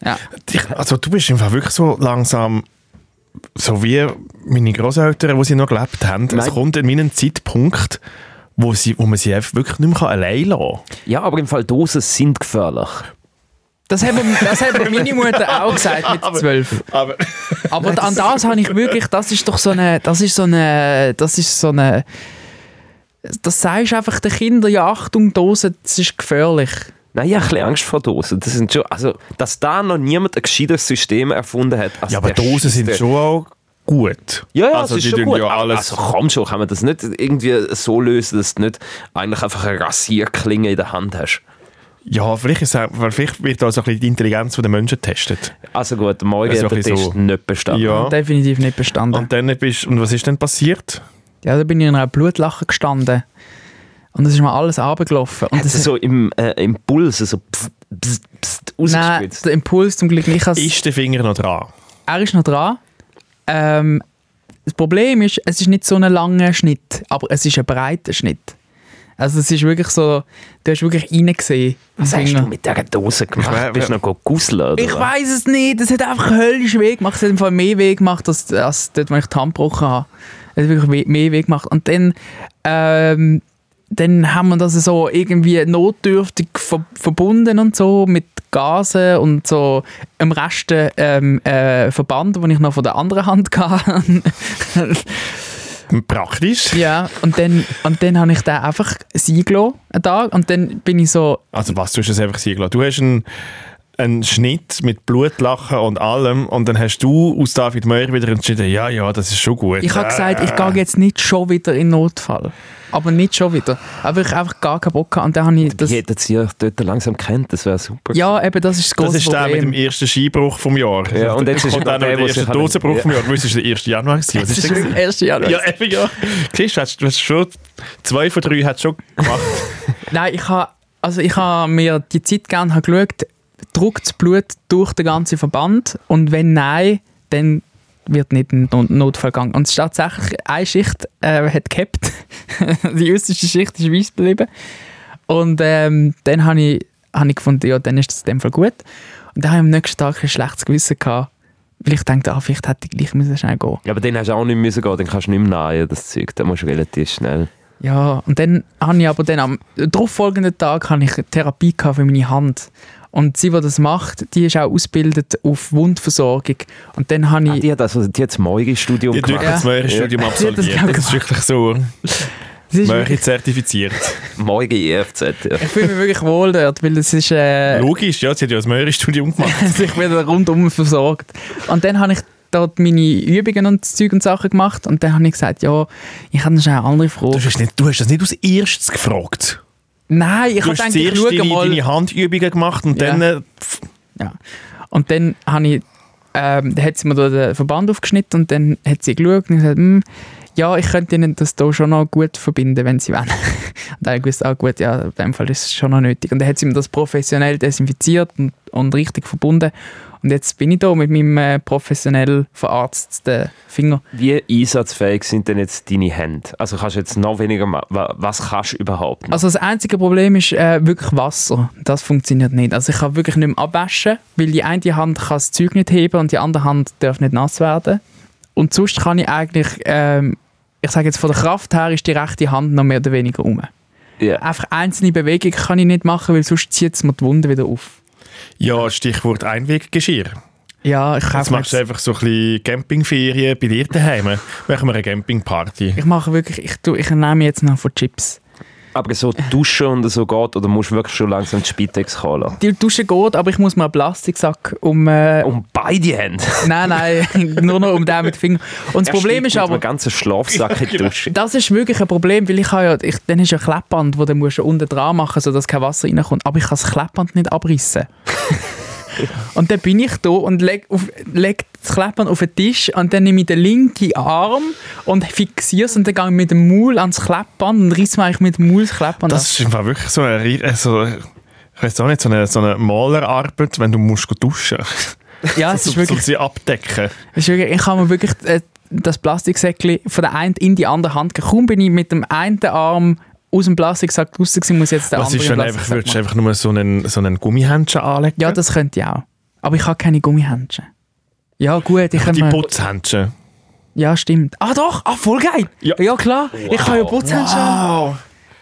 C: Ja.
A: Ich, also du bist einfach wirklich so langsam so wie meine Großeltern, wo sie noch gelebt haben. Es
B: Nein.
A: kommt in meinen Zeitpunkt, wo, sie, wo man sie einfach wirklich nicht mehr kann allein lassen kann.
B: Ja, aber im Fall Dosen sind gefährlich.
C: Das hat, mir- das hat mir meine Mutter auch gesagt mit zwölf.
A: Aber
C: Aber an das habe ich wirklich, das ist doch so eine, das ist so eine, das ist so eine, das sagst du einfach den Kindern, ja Achtung, Dosen, das ist gefährlich.
B: Nein, ich habe ein bisschen Angst vor Dosen. Das sind schon, also, dass da noch niemand ein gescheites System erfunden hat. Also
A: ja, aber
B: der
A: Dosen sind
B: Scheisse-
A: schon auch gut.
B: Ja, ja,
A: also
B: es
A: die
B: ist schon
A: tun
B: gut.
A: ja
B: aber-
A: alles.
B: Also komm schon, kann man das nicht irgendwie so lösen, dass du nicht eigentlich einfach eine Rasierklinge in der Hand hast?
A: ja, vielleicht, ist auch, weil vielleicht wird also ein bisschen die Intelligenz der Menschen getestet.
B: Also gut, morgen
A: Also
B: hat
A: ein
B: der
A: bisschen
B: Test
A: so.
B: nicht bestanden.
A: Ja.
C: Definitiv nicht bestanden.
A: Und dann bist und was ist denn passiert?
C: Ja, da bin ich in einer Blutlache gestanden. Und es ist mir alles runtergelaufen. Und
B: Hat sie
C: das
B: so im, äh, im Puls so pf, pst, pst,
C: Nein,
B: rausgespritzt?
C: der Impuls zum Glück nicht. Ich
A: Ist der Finger noch dran?
C: er ist noch dran. Ähm, das Problem ist, es ist nicht so ein langer Schnitt, aber es ist ein breiter Schnitt. Also es ist wirklich so, du hast wirklich reingesehen. im
B: Was hast
C: Finger.
B: du mit dieser Dose gemacht?
A: Ich weiß-
B: Bist du noch go gusseln, oder
C: Ich
B: was?
C: weiß es nicht. Es hat einfach höllisch weh gemacht. Es hat im Fall mehr weh gemacht, als, als dort, wo ich die Hand gebrochen habe. Es hat wirklich weh, mehr weh gemacht. Und dann, ähm, dann haben wir das so irgendwie notdürftig ver verbunden und so mit Gasen und so im Rest ähm, äh, Verband, den ich noch von der anderen Hand hatte.
A: Praktisch.
C: ja, und dann, und dann habe ich den einfach sein gelassen, einen Tag. Und dann bin ich so
A: Also was, du hast es einfach sein gelassen. Du hast einen, einen Schnitt mit Blutlachen und allem und dann hast du aus David Meyer wieder entschieden, ja, ja, das ist schon gut. Äh,
C: Ich habe gesagt, ich gehe jetzt nicht schon wieder in Notfall. Aber nicht schon wieder. Aber ich einfach gar keinen Bock hatte. Und dann habe ich das...
B: Die hätten sie ja dort langsam kennt, das wäre super.
C: Ja, eben, das ist das
A: Das
C: grosse
A: ist der mit
C: Problem.
A: dem ersten Skibruch vom Jahr.
B: Ja, und jetzt ist
A: kommt
B: noch
A: auch noch
B: der,
A: der
B: wo
A: erste
B: sich halt alle-
A: Dosenbruch
B: Ja.
A: vom Jahr. Du weißt, es war der 1. Januar. gewesen. Was
C: Das
A: ist
C: ist
A: das?
C: im ersten Jahr.
A: Ja, eben, ja. Siehst du, hast- du hast schon zwei von drei hat schon gemacht.
C: Nein, ich habe also ich habe mir die Zeit gegeben und habe geschaut, drückt das Blut durch den ganzen Verband und wenn nein, dann wird nicht ein Not- Notfall gegangen. Und es ist tatsächlich, eine Schicht äh, hat gehabt. die äußerste Schicht ist weiß geblieben. Und ähm, dann habe ich, habe ich gefunden, ja, dann ist das in dem Fall gut. Und dann habe ich am nächsten Tag ein schlechtes Gewissen gehabt, weil ich dachte, ah, vielleicht hätte ich gleich müssen schnell gehen
B: Ja, aber den hast du auch nicht müssen gehen, den kannst du nicht mehr nahen, das Zeug. Da musst du relativ schnell.
C: Ja, und dann habe ich aber dann am darauffolgenden Tag habe ich Therapie gehabt für meine Hand. Und sie, die das macht, die ist auch ausgebildet auf Wundversorgung. Und dann habe
B: Ah,
C: ich...
B: die hat also die hat das Morgenstudium
A: Die hat
B: gemacht.
A: wirklich das Meyer-Studium
C: Ja.
A: absolviert.
C: Ja, das
A: Das ist wirklich so.
C: Das ist
A: Möchi
C: wirklich,
A: zertifiziert.
B: Morgen IFZ. Ja.
C: ich fühle mich wirklich wohl dort, weil es ist... Äh,
A: Logisch, ja, sie hat ja ein Möhrenstudium gemacht.
C: also ich bin da rundum versorgt. Und dann habe ich dort meine Übungen und Zeug und Sachen gemacht und dann habe ich gesagt, ja, ich habe schon eine andere
A: Du
C: Frage.
A: hast, nicht, du hast das nicht als erstes gefragt.
C: Nein, ich
A: Du
C: habe
A: hast
C: gedacht, ich
A: zuerst
C: schaue
A: deine,
C: mal.
A: deine Handübungen gemacht und
C: Ja.
A: dann... äh,
C: Ja. Und dann habe ich, ähm, dann hat sie mir da den Verband aufgeschnitten und dann hat sie geschaut und gesagt, «Hm, ja, ich könnte Ihnen das hier schon noch gut verbinden, wenn Sie wollen. und dann habe ich gewusst, ah gut, ja, in dem Fall ist es schon noch nötig. Und dann hat sie mir das professionell desinfiziert und, und richtig verbunden. Und jetzt bin ich da mit meinem äh, professionell verarzteten Finger.
B: Wie einsatzfähig sind denn jetzt deine Hände? Also kannst du jetzt noch weniger machen. Was kannst du überhaupt noch?
C: Also das einzige Problem ist äh, wirklich Wasser. Das funktioniert nicht. Also ich kann wirklich nicht mehr abwaschen, weil die eine Hand kann das Zeug nicht heben und die andere Hand darf nicht nass werden. Und sonst kann ich eigentlich, ähm, ich sage jetzt von der Kraft her, ist die rechte Hand noch mehr oder weniger um.
A: Also, äh,
B: Ja.
C: Einfach einzelne Bewegungen kann ich nicht machen, weil sonst zieht es mir die Wunde wieder auf.
A: Ja, Stichwort Einweggeschirr.
C: Ja, ich
A: Jetzt
C: kaufe
A: machst du
C: jetzt,
A: einfach so ein bisschen Campingferien bei dir daheim. Machen wir eine Campingparty.
C: ich mache wirklich, ich, tu- ich nehme jetzt noch von Chips.
B: Aber so duschen und so geht, oder musst du wirklich schon langsam die Spitex holen?
C: Die Dusche geht, aber ich muss mir einen Plastiksack um... Äh,
A: Oh.
B: Um beide Hände.
C: Nein, nein, nur noch um den mit Finger. Und das Problem ist aber...
B: einen ganzen Schlafsack in die
A: Genau.
B: Dusche.
C: Das ist wirklich ein Problem, weil ich habe ja, ich, dann ist ja ein Kleppband, wo du musst du unten dran machen, sodass kein Wasser reinkommt. Aber ich kann das Kleppband nicht abrissen. und dann bin ich da und lege leg das Kleppband auf den Tisch und dann nehme ich den linken Arm und fixiere es und dann gehe ich mit dem Maul ans Kleppband und risse mir eigentlich mit dem Maul das Kleppband
A: Das ist im Fall wirklich so eine, ri- äh, so, ich weiß auch nicht, so eine, so eine Malerarbeit, wenn du musst go duschen musst.
C: ab. Ja, es ist
A: So
C: wirklich,
A: sie abdecken.
C: es ist wirklich ich habe mir wirklich äh, das Plastiksäckchen von der einen in die andere Hand gekommen. Kaum bin ich mit dem einen Arm aus dem Plastiksack raus, gewesen, muss jetzt der
A: Was
C: andere
A: ist
C: im
A: dann einfach,
C: Plastiksack
A: würdest du einfach nur so einen, so einen Gummihändchen anlegen?
C: Ja, das könnte ich auch. Aber ich habe keine Gummihändchen. Ja, gut, ich kann
A: Die
C: mir...
A: Putzhändchen.
C: Ja, stimmt. Ah doch, ah, voll geil.
A: Ja. Oh.
C: Ja, klar, ich kann ja Putzhändchen. haben.
A: Wow.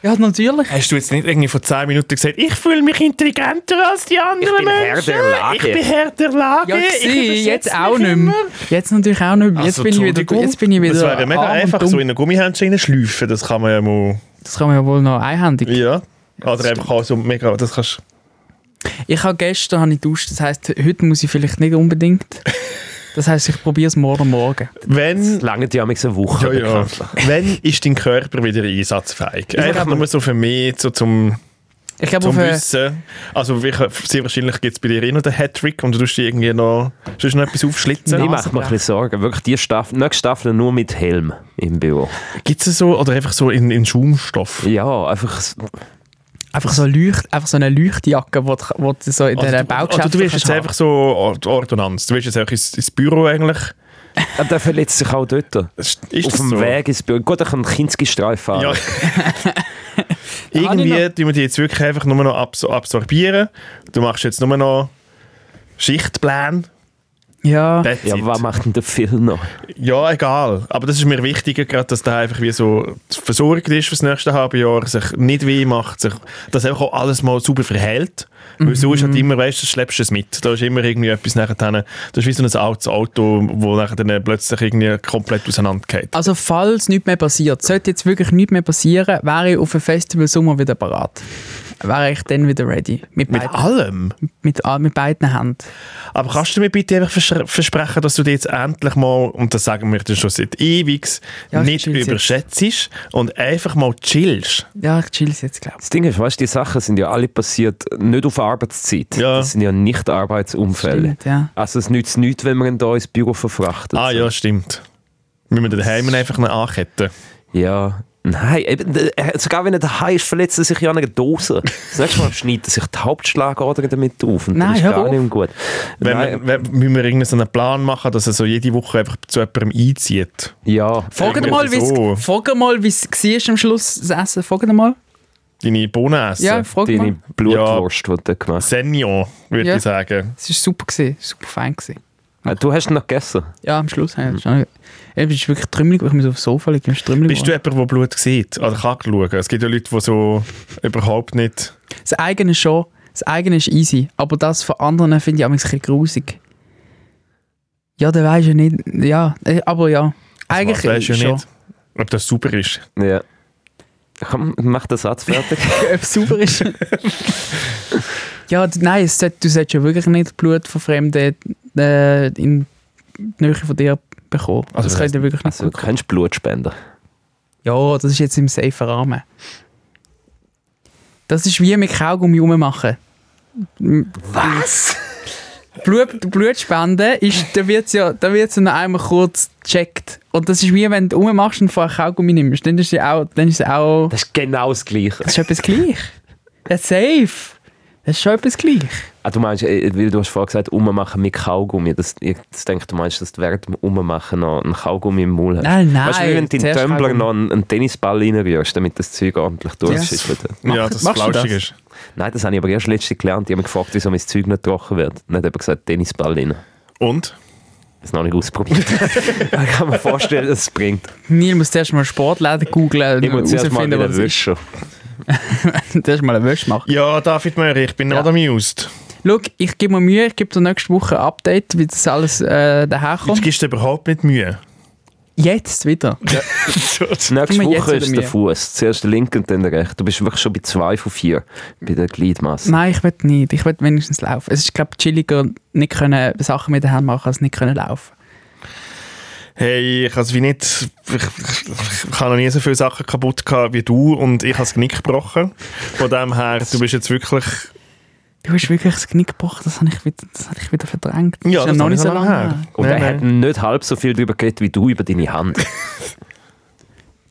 C: Ja, natürlich.
A: Hast du jetzt nicht irgendwie vor 10 Minuten gesagt, ich fühle mich intelligenter als die anderen
B: bin Herr
A: Menschen?
B: der Lage.
A: Ich bin Herr der Lage.
C: Ja, ich sehe,
A: überschätze
C: jetzt auch
A: mich
C: nicht
A: immer.
C: mehr. Jetzt natürlich auch nicht mehr. Jetzt,
A: Also,
C: bin, ich wieder,
A: Entschuldigung,
C: jetzt bin ich wieder
A: Das wäre mega
C: arm und
A: einfach,
C: dumm.
A: so in einen Gummihändchen reinschleifen, das kann man ja mal...
C: Das kann man ja wohl noch einhändig.
A: Ja. Oder einfach auch so mega, das kannst...
C: Ich habe gestern habe ich geduscht, das heisst, heute muss ich vielleicht nicht unbedingt. Das heisst, ich probiere es morgen Morgen.
A: Wenn...
B: Lange die haben eine Woche.
A: Ja, ja.
B: bekanntlich.
A: Wenn ist dein Körper wieder einsatzfähig? Einfach nur so für mich, so zum,
C: Ich glaube,
A: zum
C: auf eine-
A: Wissen. Also wie- sehr wahrscheinlich gibt es bei dir eh noch den Hattrick und du tust dir irgendwie noch, sonst noch etwas aufschlitzen.
B: Ich mache mir ein bisschen Sorgen. Wirklich, die Staffel, nächste Staffel nur mit Helm im Büro.
A: Gibt es so, oder einfach so in, in Schaumstoff?
B: Ja, einfach s-
C: einfach, so eine Leucht, einfach so eine Leuchtjacke, wo du, wo du so in
A: Also,
C: der
A: du, also,
C: Baugeschäft
A: du willst jetzt einfach so Ord- Ordonnanz. Du willst jetzt auch ins, ins Büro eigentlich.
B: Aber der verletzt sich auch dort.
A: Ist, ist
B: Auf
A: das
B: dem
A: so?
B: Weg ins Büro. Gut, er kann Kinski-Streif fahren.
A: Ja.
C: Kann ich
A: Irgendwie tun wir die jetzt wirklich einfach nur noch absor- absorbieren. Du machst jetzt nur noch Schichtpläne.
C: Ja.
A: That's
B: Ja,
A: it.
B: was macht denn der Phil noch?
A: ja, egal. Aber das ist mir wichtiger, gerade, dass der einfach wie so versorgt ist fürs nächste halbe Jahr, sich nicht weh macht, sich, dass einfach auch alles mal super verhält. Weil so ist halt immer, weißt du, schleppst du es mit. Da ist immer irgendwie etwas nachher drin. Das ist wie so ein altes Auto, wo nachher dann plötzlich irgendwie komplett auseinandergeht.
C: Also falls nichts mehr passiert, sollte jetzt wirklich nichts mehr passieren, wäre ich auf dem Festival Sommer wieder parat. Wäre ich dann wieder ready. Mit,
A: Mit
C: beid,
A: allem.
C: mit, all- mit beiden Händen.
A: Aber kannst du mir bitte einfach vers- versprechen, dass du dich jetzt endlich mal, und das sagen wir dir schon seit ewig,
C: Ja, ich
A: nicht
C: chill's
A: überschätzt und einfach mal chillst?
C: Ja, ich chill's jetzt, glaube ich.
B: Das Ding ist, weißt du, die Sachen sind ja alle passiert, nicht auf Arbeitszeit.
A: Ja.
B: Das sind ja nicht Arbeitsunfälle.
C: Stimmt, ja.
B: Also es nützt nichts, wenn man ihn hier ins Büro verfrachtet.
A: Ah ja, stimmt. Müssen wir den Heimen einfach noch anketten.
B: Ja. Nein, eben, d- äh, sogar wenn er daheim ist, verletzt er sich ja an einer Dose. Das nächste Mal schneidet er sich die Hauptschlagader damit auf. Und
C: Nein,
B: das ist
C: hör
B: gar
C: auf.
B: nicht mehr gut.
A: Wenn
B: Nein,
A: wir, wenn, müssen wir irgendeinen so einen Plan machen, dass er so jede Woche einfach zu jemandem einzieht?
B: ja.
C: Fragt
A: Irgendwie
C: mal, wie's-
A: so.
C: fragt mal, wie es war am Schluss, das Essen. Fragt mal.
A: Deine Bohnen essen?
C: Ja, fragt mal.
B: Deine Blutwurst, die du gemacht
A: Senior, würde
C: Ja.
A: ich sagen.
C: Es war super, gewesen, super fein. Gewesen.
B: hast. Äh, Du hast ihn noch gegessen.
C: Ja, am Schluss haben wir schon... Eben, Es ist wirklich trümmelig, weil ich mich so aufs Sofa liege. Bist
A: Bist du jemand, der Blut sieht? Oder kann schauen? Es gibt ja Leute, die so überhaupt nicht...
C: Das eigene schon. Das eigene ist easy. Aber das von anderen finde ich manchmal ein bisschen grusig. Ja, dann weisst du nicht. eh, Ja, äh, aber ja. Eigentlich
A: Weisst du
C: schon.
A: nicht, ob das super ist.
B: Ja. Komm, mach den Satz fertig.
C: ob es sauber ist. ja, d- nein, es sollte, du solltest ja wirklich nicht Blut von Fremden äh, in die Nähe von dir bekommen.
A: Also
C: das
A: das
C: könnte wirklich nicht
B: Also, du
C: gut kommen.
B: kennst Blutspender.
C: Ja, das ist jetzt im safen Rahmen. Das ist wie mit Kaugummi rummachen. Was? Blut, Blutspenden, ist, da wird es ja, da wird's ja noch einmal kurz gecheckt. Und das ist wie wenn du rummachst und vorher Kaugummi nimmst. Dann ist es auch, dann ist es auch
B: Das ist genau das Gleiche.
C: das ist etwas gleich. Das ist safe. Das ist schon etwas gleich.
B: Ah, du meinst, äh, weil du hast vorher gesagt, ummachen mit Kaugummi. Das, ich das denke, du meinst, dass du während dem Ummachen noch einen Kaugummi im Maul hast.
C: Nein, nein,
B: Weißt du, wie wenn du in den
C: zuerst
B: Tumblr
C: Kaugummi.
B: noch einen, einen Tennisball reinrührst, damit das Zeug ordentlich durchschüttelt?
C: Mach-
A: ja, dass es
C: machst du
A: flauschig
C: das?
A: ist.
B: Nein, das habe ich aber erst letztens gelernt. Die haben mich gefragt, wieso mein Zeug nicht trocken wird. Dann hat jemand gesagt, Tennisball rein.
A: Und?
B: Das noch nicht ausprobiert. ich kann mir vorstellen, dass es bringt.
C: Neil muss zuerst mal Sportläden googlen
B: Ich
C: und
B: muss zuerst mal
C: herausfinden,
B: wieder
C: was es ist.
B: wischen.
C: Zuerst mal einen Wäsche machen.
A: Ja, David Möri, ich bin
C: Ja.
A: not amused.
C: Schau, ich gebe mir Mühe, ich gebe dir nächste Woche ein Update, wie das alles äh,
A: Jetzt
C: daherkommt.
A: gibst du dir überhaupt nicht Mühe.
C: Jetzt wieder.
B: Nächste
C: Immer jetzt
B: Woche
C: oder
B: ist der
C: mir?
B: Fuß. Zuerst der linke und dann der rechte. Du bist wirklich schon bei 2 von 4 bei der Gliedmasse.
C: Nein, ich will nicht. Ich will wenigstens laufen. Es ist, glaube ich, chilliger, nicht können Sachen mit der Hand machen, als nicht können laufen.
A: Hey, ich also wie nicht. Ich, ich, ich habe noch nie so viele Sachen kaputt gehabt wie du und ich habe das Genick gebrochen. Von dem her, du bist jetzt wirklich.
C: Du hast wirklich das Knick gebrochen, das habe ich wieder, das habe ich wieder verdrängt. Das ist ja
A: das
C: noch
A: ist
C: nicht so
A: noch
C: lange her.
B: Und
A: Nein,
B: er
A: nein.
B: hat nicht halb so viel darüber geredet wie du über deine Hand.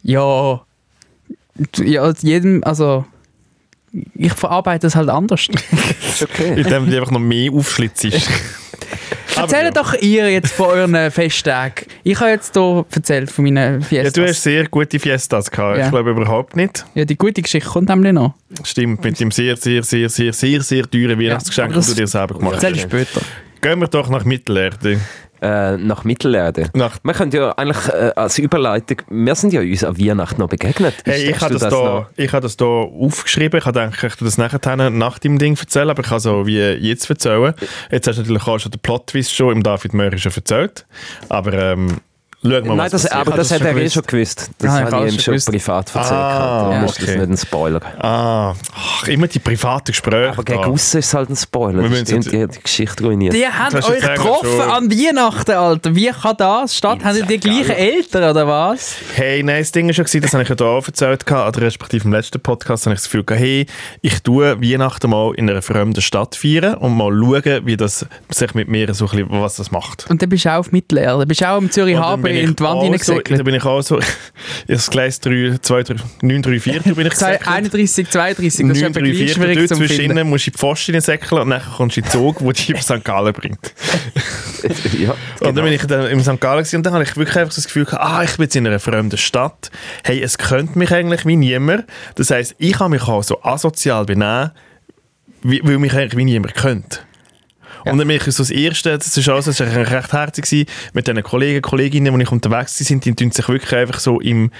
C: Ja. Ja, jedem, also. Ich verarbeite es halt anders.
B: ist okay.
A: Indem du dich einfach noch mehr aufschlitzest.
C: Erzählt
A: ja.
C: doch ihr jetzt von euren Festtagen. Ich habe jetzt hier erzählt von meinen
A: Ja,
C: Fiestas.
A: du hast sehr gute Fiestas gehabt.
C: Ja.
A: Ich glaube überhaupt nicht.
C: Ja, die gute Geschichte kommt nämlich noch.
A: Stimmt, mit dem sehr, sehr, sehr, sehr, sehr, sehr teuren Weihnachtsgeschenk,
C: aber
A: das
C: das-
A: du dir selber gemacht
C: Erzähl
A: hast.
C: ich später.
A: Gehen wir doch nach Mittelerde.
B: Äh, nach Mittelerde.
A: Nach
B: Man könnte ja eigentlich äh, als Überleitung, wir sind ja uns an Weihnachten noch begegnet.
A: Hey, ich
B: Steckst
A: habe
B: du
A: das,
B: noch?
A: da, ich hab das da aufgeschrieben. Ich habe gedacht, ich tu das nachher nach dem Ding erzählen, aber ich kann so wie jetzt erzählen. Jetzt hast du natürlich auch schon den Plot-Twist schon im David Möhrer schon erzählt. Aber ähm, schauen wir mal,
B: Nein, das,
A: passiert.
B: aber
C: Ich
B: das,
C: hab das
B: hat er
C: schon
B: eh schon gewusst. Das
C: Nein, ich hab
B: habe ich ihm
C: das
B: schon
C: schon gewusst.
B: privat erzählt.
A: Ah,
B: Ah,
C: ja,
B: Das ist
A: okay.
B: nicht ein Spoiler.
A: Ah, ach, immer die privaten Gespräche.
B: Aber gegen
A: da.
B: aussen ist es halt ein Spoiler.
A: Wir
B: Das
A: müssen
B: stimmt,
A: jetzt-
B: die hat die Geschichte ruiniert.
C: Die haben
A: hast du
C: euch
A: gesagt,
C: getroffen
A: schon.
C: an Weihnachten, Alter. Wie kann das? Statt, haben die die gleichen Eltern oder was?
A: Hey, nein, das Ding war schon, gewesen, das habe ich ja hier auch erzählt, gehabt, oder respektive im letzten Podcast habe ich das Gefühl, gehabt, hey, ich tue Weihnachten mal in einer fremden Stadt feiern und mal schauen, wie das sich mit mir so ein bisschen, was das macht.
C: Und dann bist du auch auf Mittelerde. Dann bist du auch im Zürich
A: Und dann
C: Hafen
A: bin
C: in
A: ich
C: die Wand
A: auch so-
C: hineingesäckelt.
A: Da bin ich auch so, das Gleis 3, 2, 3, 9, 3, 4 bin ich
C: Zwei-
A: gesäckelt.
C: 31, 32, das ist
A: 9,
C: eben
A: 3,
C: gleich
A: 4,
C: schwierig
A: dort
C: zu finden.
A: zwischen musst du in die Pfosten hineinsäckeln und dann kommst du in den Zug, der dich auf St. Gallen bringt.
B: ja, genau.
A: Und dann bin ich dann im St. Gallen gewesen und dann habe ich wirklich einfach so das Gefühl, gehabt, ah, ich bin jetzt in einer fremden Stadt. Hey, es könnte mich eigentlich wie niemand. Das heisst, ich kann mich auch so asozial benehmen, wie- weil mich eigentlich wie niemand könnte. Und dann bin ich so das Erste, das ist alles, das war eigentlich recht herzig, gewesen, mit diesen Kollegen, Kolleginnen, die ich unterwegs war, die tun sich wirklich einfach so im,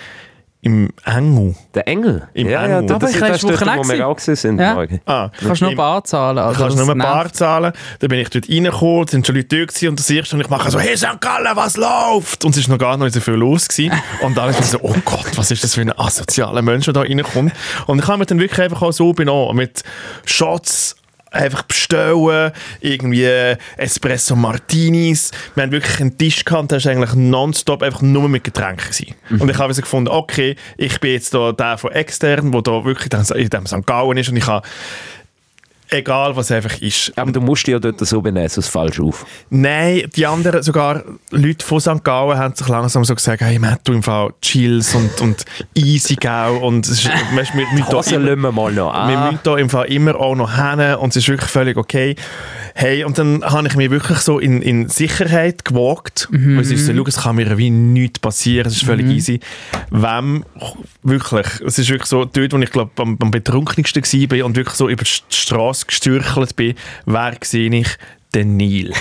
A: im Engel.
B: Der Engel.
A: Im
B: ja,
A: Engel.
B: ja, das,
A: Aber
B: das
C: ich
B: ist
C: letzte
B: das dort,
C: Woche auch
B: wo
C: gewesen.
B: wir auch gewesen sind.
C: Ja.
B: morgen.
A: Ah,
C: Kannst du nur ein
A: im-
C: paar zahlen.
A: Da
C: Also
A: kannst du
C: das
A: nur ein paar
C: nervt.
A: zahlen. Dann bin ich dort reingekommen, es sind schon Leute da gewesen, und das erste, und ich mache so, hey St. Gallen, was läuft? Und es ist noch gar nicht so viel los gewesen. Und dann ist so, oh Gott, was ist das für ein asozialer Mensch, der da reinkommt? Und ich habe mich dann wirklich einfach auch so benommen, mit Shots, einfach bestellen, irgendwie äh, Espresso Martinis. Wir haben wirklich einen Tisch gehabt, der ist eigentlich nonstop einfach nur mit Getränken gewesen.
C: Mhm.
A: Und ich habe also gefunden, okay, ich bin jetzt da der von extern, der da wirklich in dem St. Gallen ist und ich habe egal was einfach ist.
B: Aber du musst dich ja dort so benehmen, sonst fällst du auf.
A: Nein, die anderen, sogar Leute von St. Gallen, haben sich langsam so gesagt, hey, man, du im Fall chills und, und easy, gell, und es ist, weißt, wir, wir,
B: Das
A: wir,
B: lassen Also wir mal noch
A: wir
B: an.
A: müssen da im Fall immer auch noch hin und es ist wirklich völlig okay. Hey, und dann habe ich mich wirklich so in, in Sicherheit gewagt, weil es ist so, schau, es kann mir wie nichts passieren, es ist völlig easy. Wem, wirklich, es ist wirklich so, dort, wo ich glaube am, am betrunkensten war und wirklich so über die Straße gestürchelt bin, wer sehe ich? Den Nil.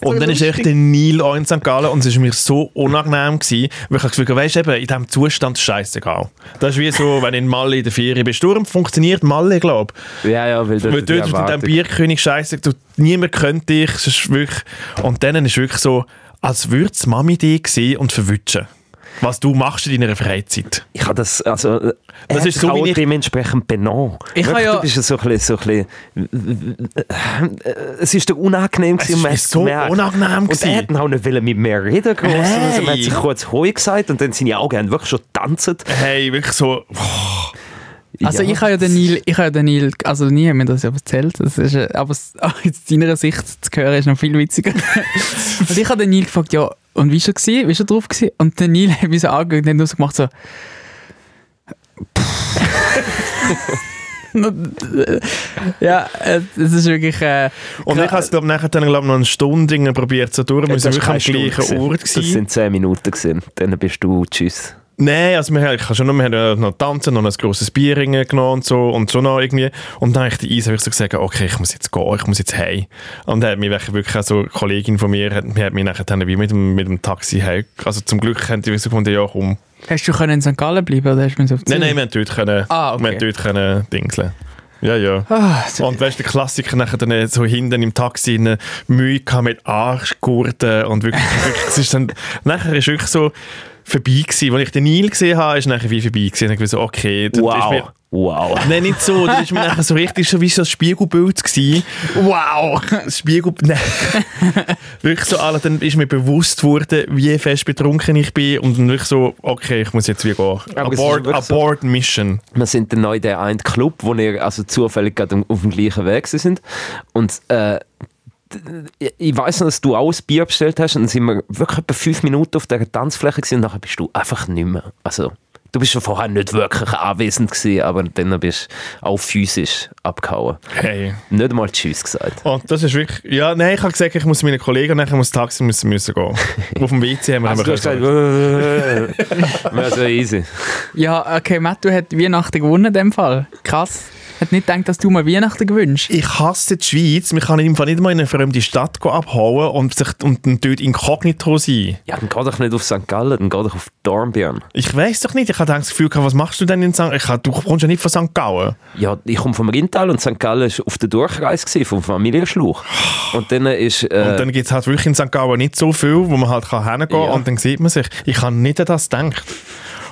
A: Und dann ist echt der Nil auch in St. Gallen und es war mir so unangenehm, gewesen, weil ich das Gefühl hatte, weißt du, eben, in diesem Zustand ist scheißegal. Das ist wie so, wenn in Malle in der Ferien bist. Darum funktioniert Malle, glaube
B: Ja, ja, weil
A: ich.
B: dort,
A: Weil dort ist mit dem Bierkönig scheiße, du- niemand kennt dich. Es ist wirklich, und dann ist wirklich so, als würde es Mami dich sehen und verwutschen. Was du machst in deiner Freizeit.
B: Ich habe das, also, äh, er
A: ist
B: hat sich
A: so,
B: auch
A: wie ich-
B: dementsprechend benannt.
C: Ich
B: Wirklich,
C: habe ja-
B: Du bist ja so ein bisschen, so ein bisschen äh, äh, es ist dir unangenehm
A: Es
B: gewesen. um und man
A: ist
B: hat's
A: so
B: gemerkt.
A: unangenehm
B: Und er
A: gewesen.
B: hat dann auch nicht wollen mit mir reden gross,
A: Hey.
B: also, Er hat sich kurz Hoi gesagt und dann seine Augen haben wirklich schon getanzt.
A: Hey, wirklich so.
C: Also ich habe ja den Neil, ich habe ja den Neil, also nie haben wir das ja erzählt, das ist, äh, aber es- aus deiner Sicht zu hören ist noch viel witziger. und ich habe den Neil gefragt, ja, und wie ist er gewesen, wie ist er drauf gewesen? Und der Neil hat mich so angeguckt und hat nur so gemacht so, ja, äh, das ist wirklich, äh,
A: Und ich
C: Klar.
A: habe es, glaube nachher dann glaub, noch eine Stunde irgendwie probiert zu durch. Wir
B: Äh, Das
A: sind
B: ist
A: wirklich am
B: keine Stunde
A: gleichen
B: gewesen.
A: Ort.
B: Das
A: gewesen.
B: sind 10 Minuten gewesen. Dann bist du, tschüss.
A: Nein, also wir, ich habe schon noch, wir haben ja noch tanzen, noch ein grosses Bier irgendwie genommen und so und schon noch irgendwie. Und dann habe ich die Eis so gesagt, okay, ich muss jetzt gehen, ich muss jetzt heim. Und dann hat mich wirklich- wirklich auch so eine Kollegin von mir, hat, hat mich nachher dann wie mit dem, mit dem Taxi heim. Also zum Glück haben die so gefunden, ja komm.
C: hast du können in St. Gallen bleiben oder hast du mich auf
A: Nein, nein, wir haben dort können,
C: Ah, okay.
A: wir haben dort können dingseln. Ja, ja.
C: Ah, so-
A: Und weißt du, der Klassiker nachher dann äh, so hinten im Taxi eine Mühe gehabt mit Arschgurten und wirklich, wirklich es ist dann, nachher ist wirklich so vorbei gewesen. Als ich den Nil gesehen habe, ist nachher wie vorbei gewesen. Und ich war so, okay, das ist
B: Wow.
A: mir,
B: Wow.
A: Nein, nicht so. Das war mir nachher so richtig so wie so ein Spiegelbild. Gewesen. Wow! Das Spiegelbild. Nein. Wirklich so, alle, dann ist mir bewusst worden, wie fest betrunken ich bin. Und dann wirklich so, okay, ich muss jetzt wieder gehen.
B: Aber es ist
A: Abort,
B: wirklich so-
A: abort Mission.
B: Wir sind dann neu in den einen Club, wo wir also zufällig gerade auf- auf dem gleichen Weg gewesen sind. Und äh, d- ich weiß noch, dass du auch ein Bier bestellt hast. Und dann sind wir wirklich etwa fünf Minuten auf der Tanzfläche gewesen, und nachher bist du einfach nicht mehr. Also, du bist ja vorher nicht wirklich anwesend gewesen, aber dann bist du auch physisch abgehauen.
A: Hey.
B: Nicht mal Tschüss gesagt.
A: Und Oh, das ist wirklich. Ja, nein, ich habe gesagt, ich muss meinen Kollegen nachher muss Taxi müssen, müssen gehen. Auf dem WC haben wir
B: Also, du hast gesagt,
A: können-
B: wäre so easy.
C: Ja, okay, Matt, du hast Weihnachten gewonnen in dem Fall. Krass. Hat nicht gedacht, dass du mal Weihnachten gewünscht.
A: ich hasse die Schweiz. Man kann im Fall nicht mal in eine fremde Stadt gehen, abhauen und, sich, und dann dort inkognito sein.
B: Ja, dann geh doch nicht auf St. Gallen, dann geh doch auf Dornbirn.
A: Ich weiß doch nicht. Ich hatte das Gefühl, gehabt, was machst du denn in St. Ich hab- Du kommst ja nicht von St. Gallen.
B: Ja, ich komme vom Rintal und St. Gallen war auf der Durchreise gewesen, vom Familienschlauch. Und dann ist. Äh,
A: Und dann gibt es halt wirklich in St. Gallen nicht so viel, wo man halt kann hingehen kann
B: Ja.
A: und dann sieht man sich. Ich habe nicht an das gedacht.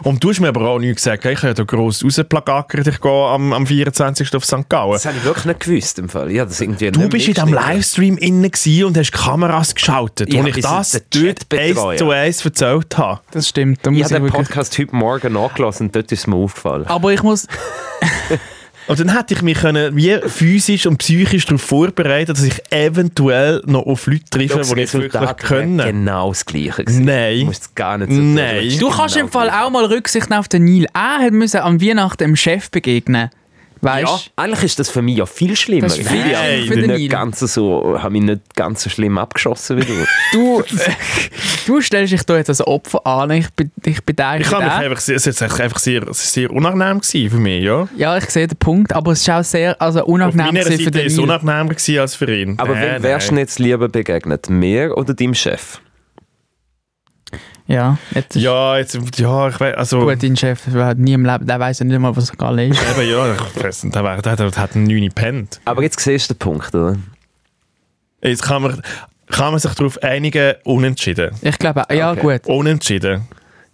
A: Und du hast mir aber auch nichts gesagt. gell? Ich habe ja da gross rausplakakert, ich gehe am, am 24. auf St. Gallen.
B: das habe ich wirklich nicht gewusst im Fall. Ja, das irgendwie
A: Du
B: nicht
A: bist in diesem
B: mitgeschnitten.
A: Livestream innen gewesen und hast die Kameras geschaltet.
B: Ich
A: und
B: hab
A: ich
B: bis
A: das
B: jetzt den Chat
A: dort eins zu eins erzählt habe.
C: Das stimmt. Da
B: Ich
C: muss
B: habe
C: ich
B: den
C: wirklich...
B: Podcast heute Morgen nachgelassen und dort ist es mir aufgefallen.
A: Ah,
C: Aber ich muss...
A: Und dann hätte ich mich können, wie physisch und psychisch darauf vorbereiten dass ich eventuell noch auf Leute treffe, die ich wirklich
B: wäre
A: können.
B: genau das Gleiche. gewesen. Du
A: Nein.
B: musst es gar nicht so
A: Nein.
B: tun. genau
A: Du
C: Du kannst im Fall auch mal Rücksicht nehmen auf den Nil. Er hat müssen am Weihnachten dem Chef begegnen. Weißt
B: Ja, eigentlich ist das für mich ja viel schlimmer.
C: Das ist viel
B: ich
A: schlimmer
B: habe
A: für
B: mich
C: den
B: nicht
C: Nil.
B: ganz so, habe mich nicht ganz so schlimm abgeschossen wie du.
C: du? du stellst dich da jetzt als Opfer an. Ich, be- ich bedenke
A: Ich habe mich
C: den.
A: einfach, sehr- es ist einfach sehr, es ist sehr unangenehm gewesen für mich, ja.
C: Ja, ich sehe den Punkt, aber es ist auch sehr also
A: Auf
C: unangenehm
A: meiner
C: gewesen für
A: Seite war
C: den
A: es
C: Nil.
A: unangenehmer gewesen als für ihn.
B: Aber
A: Nein,
B: wem wärst du
A: nein.
B: jetzt lieber begegnet? Mir oder deinem Chef?
C: Ja, jetzt ist
A: Ja, jetzt, ja, ich weiß, also...
C: gut, dein Chef hat nie im Leben, der weiß ja nicht mal, was er gar ist.
A: Eben, ja, ich weiss nicht, der wär- der hat der hat einen 9 gepennt.
B: Aber jetzt siehst du den Punkt, oder?
A: Jetzt kann man, kann man sich darauf einigen, unentschieden.
C: Ich glaube, ja
B: Okay.
C: gut.
A: Unentschieden.